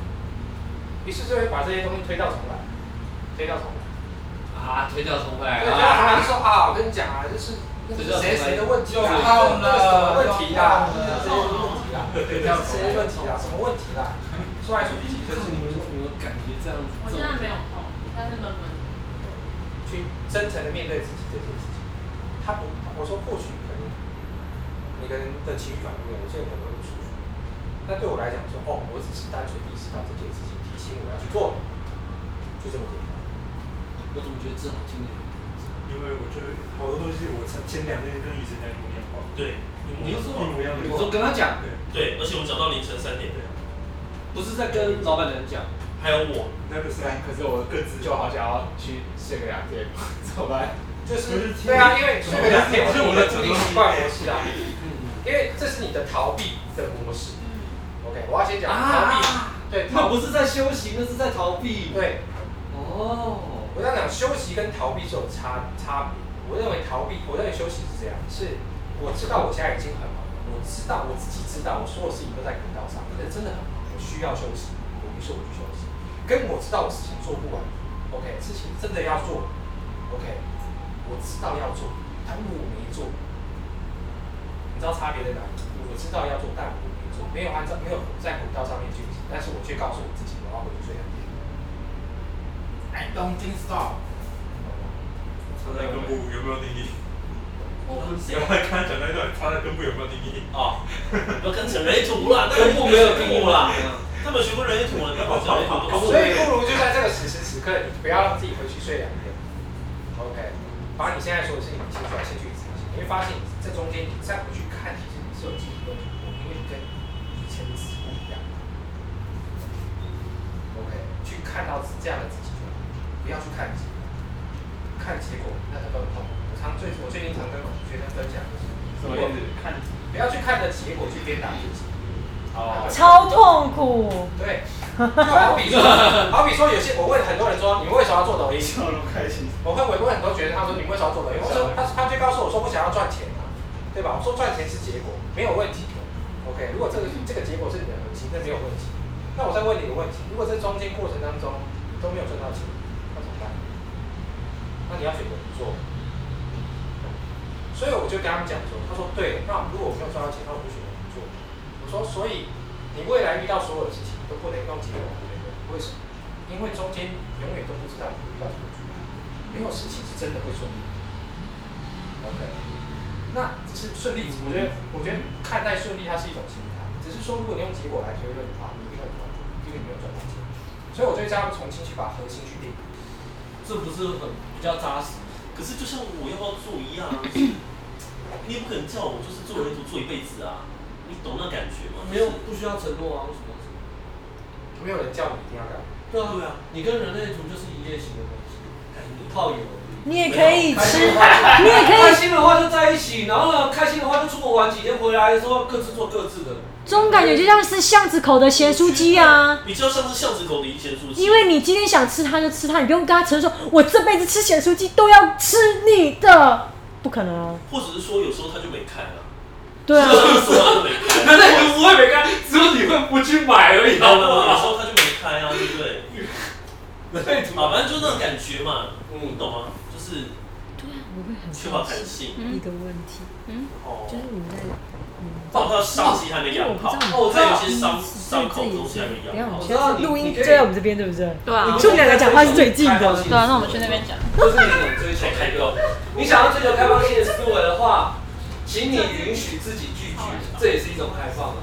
S9: 于是就会把这些东西推到重来，推到重来。
S3: 啊，推掉重来
S9: 对，就常 常说啊，我跟你讲啊，就是那是谁谁的问题啊，那是什么问题啦，谁的问题啦，谁的问题啦，什么问题啦？说来说去，就是你们你们感觉这样子
S4: 我现在没有痛，但是闷闷。
S9: 去真诚的面对自己这件事情。他不，我说或许可能你可能的情绪反应，有些人可能会不舒服。但对我来讲说，哦，我只是单纯意识到这件事情，提醒我要去做，就这么简单。我怎么觉得这好听点？
S2: 因为我觉得好多东西，我前前两天跟雨辰在跟我念话，
S1: 对，
S2: 一模一样
S3: 你就说
S2: 一模一样的
S3: 你
S2: 话，
S3: 说跟他讲
S2: 对，
S1: 对，而且我们讲到凌晨三点，
S3: 不是在跟老板娘讲，
S1: 还有我，
S2: 那个是啊，
S8: 可是我更自就好想要去睡个两天，怎么办？
S9: 就是对啊，因为睡个两天，我的固定习惯模式啊，因为这是你的逃避的模式。OK，我要先讲逃避，对，
S3: 那
S9: 逃
S3: 不是在休息，那是在逃避。
S9: 对，
S3: 哦，
S9: 我在讲休息跟逃避是有差差别。我认为逃避，我认为休息是这样，是我知道我现在已经很忙了，我知道我自己知道我所有事情都在轨道上，可是真的很忙，我需要休息，我于是我去休息。跟我知道我事情做不完，OK，事情真的要做，OK，我知道要做，但我没做，你知道差别在哪里？我知道要做，但我没做，没有按照没有在轨道上面去执行，但是我却告诉我自己我要回去睡两天。I don't think so。
S2: 他在根部有没有定义？
S3: 哦
S2: 有没有刚才讲那一段，他在根部有没有定义？
S1: 哦，要跟成人类图啦，那个
S3: 根部没有定义
S1: 啦
S3: 啦，
S1: 他们学过人类图了，他们讲人类图，
S9: 所以不如就在这个此时此刻，你不要让自己回去睡两天。OK，把你现在所有事情清出来，先去执行，你会发现你在中间，你再回去看，其实你是有进步的，因为你跟以前的自己不一样。OK，去看到这样的自己就好，不要去看结果，看结果那是更痛苦。我常最我最近常跟学生分享，就是这什么意思？看，不要去看着结果去鞭打自己。哦
S6: 超痛苦。
S9: 对，就好比说，好比说，有些我问很多人说，你们为什么要做抖音？
S19: 开心。
S9: 我会我问很多学生，他说你们为什么要做抖音？我说他他就告诉我说我想要赚钱啊，对吧？我说赚钱是结果，没有问题的。OK，如果这个这个结果是你的核心，那没有问题。那我再问你一个问题，如果这中间过程当中你都没有赚到钱，那怎么办？那你要选择不做。所以我就跟他们讲说，他说对，那如果我没有赚到钱，那我就选择不做。我说，所以你未来遇到所有的事情都不能用结果来推论，为什么？因为中间永远都不知道你会遇到什么状况，没有事情是真的会顺利。OK，那只是顺利，我觉得我觉得看待顺利它是一种心态，只是说如果你用结果来推论的话，你一定很痛苦，因为你没有赚到钱。所以我就会叫他们重新去把核心去定义。
S8: 这不是很比较扎实？
S1: 可是就像我要不要做一样啊，你也不可能叫我就是做人族做一辈子啊，你懂那感觉吗？
S3: 没有，不需要承诺啊，为什么？
S9: 没有人叫你一定要干嘛。
S3: 对啊，对啊，你跟人类图就是一夜情的关系，
S9: 哎
S3: 你泡友而已。
S6: 你也可以吃，
S3: 没有开心
S6: 你也可
S3: 开
S6: 以
S3: 心的话就在一起，然后呢，开心的话就出国玩几天，回来的时候各自做各自的。
S6: 这种感觉就像是巷子口的咸酥鸡啊。
S1: 你就像是巷子口的一些书记，
S6: 因为你今天想吃它就吃它，你不用跟他承认说，我这辈子吃咸酥鸡都要吃你的，不可能啊。
S1: 或者是说有时候他就没看啊，
S6: 对啊，
S8: 人类图不会没开，只有你会不去买而已，好不
S1: 有时
S8: 好？
S1: 候他就没开啊，对不对？
S3: 人类图
S1: 啊，反正就那种感觉嘛，你懂吗？就是
S6: 对啊，我会很
S1: 缺乏弹性哦
S6: 一个问题，嗯，就是你们在，
S1: 包括伤肌还没养好，哦
S6: 我知
S1: 还
S6: 道
S1: 有
S6: 啊
S1: 一些伤伤口的东西还没
S6: 等一下
S1: 养好
S6: 我
S3: 道
S6: 们。现在
S3: 你
S6: 录音
S3: 你可以
S6: 就在我们这边，对不对？
S4: 对啊
S6: 你就我们两个讲话是最近的。
S4: 对啊，那我们去那边讲。
S3: 就是你想追求开放，你想要追求开放性的思维的话，请你允许自己拒绝，这也是一种开放啊。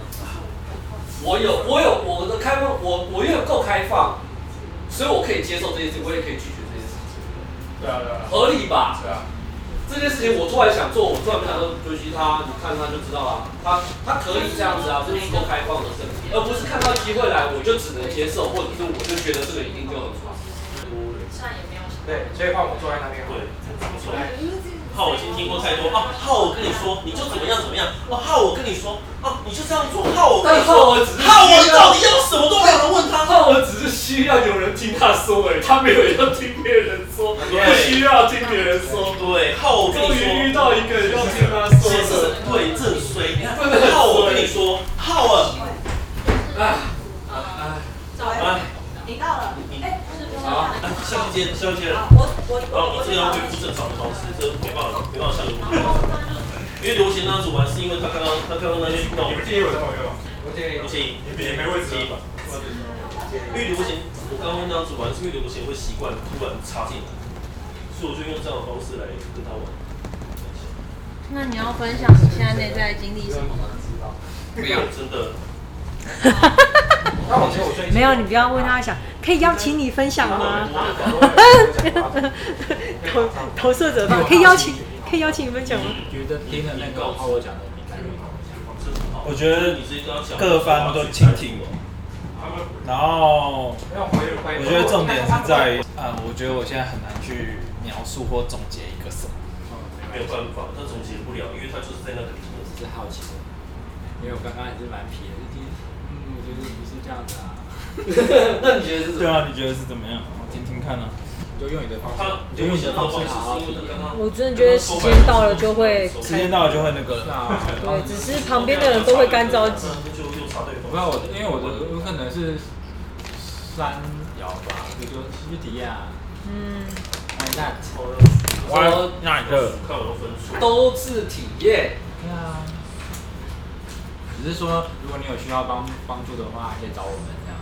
S3: 我有，我有我的开放，我我也有够开放，所以我可以接受这件事，我也可以拒绝这件事情，
S19: 对啊，对啊。
S3: 合理吧？
S19: 对啊。
S3: 这件事情我突然想做，我突然不想说追击他，你看他就知道啦、他他可以这样子啊，这是够开放的事，而不是看到机会来我就只能接受，或者是我就觉得这个一定就很好。
S20: 算也没有什么。
S9: 对，所以换我坐在那边。
S1: 对，浩，我已经听过太多啊！浩，我跟你说，你就怎么样怎么样哇！浩，我跟你说啊，你就这样做。浩，我跟你
S3: 但浩文
S1: 说
S3: 只，是
S1: 浩，我到底要什么都没有人问他。
S3: 浩文只是需要有人听他说而已，他没有要听别人说，不需要听别人说。
S1: 对，浩，我跟你
S3: 终
S1: 说，
S3: 于遇到一个人要听他说
S1: 先
S3: 的
S1: 生，，对，这很衰。你看
S3: 真的很，
S1: 浩，我跟
S3: 衰
S1: 你说，浩啊，
S3: 哎，
S20: 走，你到了。哎，不是，不是，
S1: 好，下期见，下期见。
S20: 我我
S1: 啊，你这个要恢复正常的方式，这没办法，没办法下流。因为刘贤那组完是因为他刚刚他刚刚那些运动，
S19: 你们建议我在旁边吗？
S9: 我建议
S1: 不行，
S19: 你们也没位置
S1: 啊
S19: 了吧？
S1: 因为刘贤，我刚刚那样子玩，是因为刘贤会习惯突然插进来，所以我就用这样的方式来跟他玩。
S4: 那你要分享你现在内在经历什么吗？
S1: 没有，真的，
S6: 没有，你不要问他想，可以邀请你分享吗？投投射者吧，可以邀请，可以邀请你分享吗？
S2: 觉得听了那个浩我讲的，你感觉好。
S21: 我觉得各方都倾听我，然后我觉得重点是在于，呃，我觉得我现在很难去描述或总结一个什么，
S1: 没有办法，他总结不了，因为他就是在那个里面。
S2: 只是好奇的，因为我刚刚也是蛮皮的，就觉得嗯，我觉得不是这样子啊。
S3: 那你觉得是
S21: 对啊，你觉得是怎么样？我听听看啊呢、
S2: 你就用你的方式
S1: 他，
S2: 你就用你的方式好好体验。
S6: 我真的觉得时间到了就会开
S21: 时间到了就会那个了。
S2: 那
S6: 对，只是旁边的人都会干着急。
S1: 就又插对
S2: 我
S1: 方。
S2: 不知道我的，因为我的有可能是三摇吧，我就去体验啊。
S6: 嗯，
S2: 哎，那
S3: 我
S21: 那一个？
S1: 看我的分数。
S3: 都是体验，
S2: 对啊。只是说，如果你有需要帮帮助的话，可以找我们这样。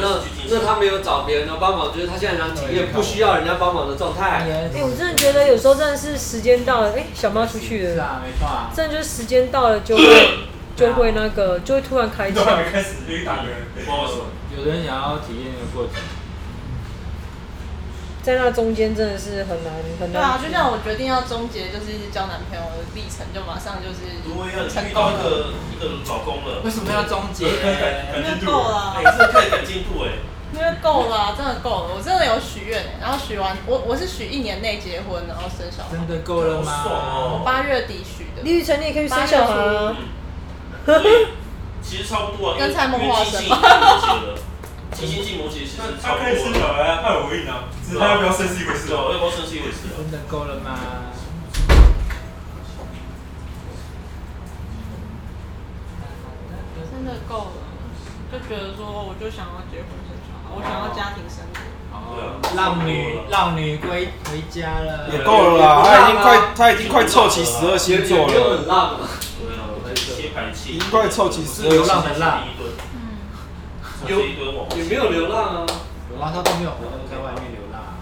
S3: 那那他没有找别人的帮忙，就是他现在想体验不需要人家帮忙的状态。
S6: 哎、我真的觉得有时候真的是时间到了，哎、小猫出去
S2: 是
S6: 了，
S2: 啊，没错啊。
S6: 真的就是时间到了就会就会那个就会突然开
S19: 都还没
S6: 窍。
S19: 开始就去打别人，不知道为什么。
S2: 有人想要体验的过程，
S6: 在那中间真的是很难很
S4: 对
S6: 难
S4: 啊，。就像我决定要终结就是交男朋友的历程，就马上就是
S1: 如果要你
S4: 成
S1: 啊遇
S4: 功
S1: 到一
S4: 了。
S1: 个一个老公了，
S2: 为什么要终结？
S4: 啊
S1: 感进度，哎，这太感进度哎，
S4: 因为够了啊、真的够了，我真的有许愿欸，然后许完，我我是许一年内结婚，然后生小孩，
S9: 真的够了吗？
S4: 我
S1: 哦
S4: 八月底许的。
S6: 李宇春，你也可以去生小孩啊。
S1: 嗯其实差不多啊，因为
S4: 跟蔡梦华
S1: 因为
S4: 生
S1: 金星
S4: 吧
S1: 结了，金星进 摩羯其实差不
S2: 他可以
S1: 多
S2: 生
S1: 了。
S2: 小孩啊，害我硬啊，只是他要不要生是一回事
S1: 对啊
S2: 哦。
S1: 要不要生是一回事啊。
S9: 真的够了吗？
S4: 真的够了，就觉得说，我就想要结婚生小孩，我想要家庭生活。
S1: 啊
S9: 浪女，浪女归回家了，
S1: 也
S9: 够了啦，他已经快，他已经快凑齐十二星座
S3: 也没有很
S9: 了，
S3: 浪啊，
S1: 切排气，
S9: 已经快凑齐十二
S3: 流
S9: 星
S3: 浪
S9: 座
S3: 的
S9: 了
S3: 浪。
S4: 嗯
S1: 有也
S3: 也没有流浪啊。
S9: 有啊，他都没有活动在外面流浪啊。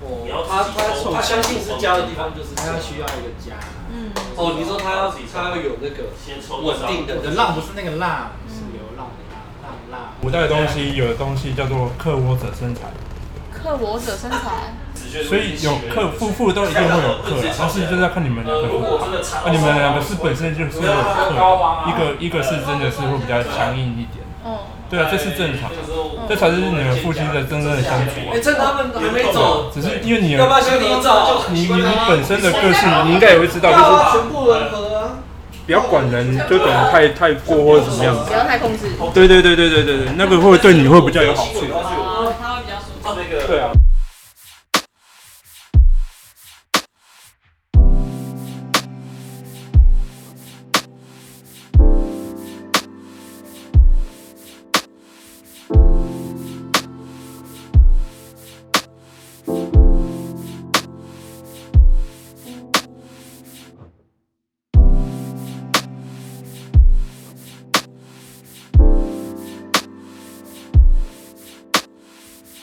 S3: 哦他他他相信是家的地方就是家
S9: 他要需要一个家。
S4: 嗯。
S3: 哦，你说他要他要有那个稳定的
S9: 我的浪不是那个浪，是流浪的浪，浪浪。
S2: 古代的东西有的东西叫做克我者生财，
S4: 克我者身材，
S2: 所以有克夫妇都一定会有克啦，但 是就是要看你们两个夫妇，啊你们两个是本身就是会有克，一个一个是真的是会比较强硬一点，
S4: 嗯
S2: 对啊，这是正常，这才是你们夫妻的真正的相处啊。
S3: 哎，这他们还没走，
S2: 只是因为你
S3: 要不要先离走？
S2: 你你你本身的个性，你应该也会知道，就是
S3: 全部融合啊。
S2: 不要管人，就等太太过或者怎么样。
S4: 不要太控制。
S2: 对对对对对对对，那个会对你会比较有好处。
S4: 哦
S8: 啊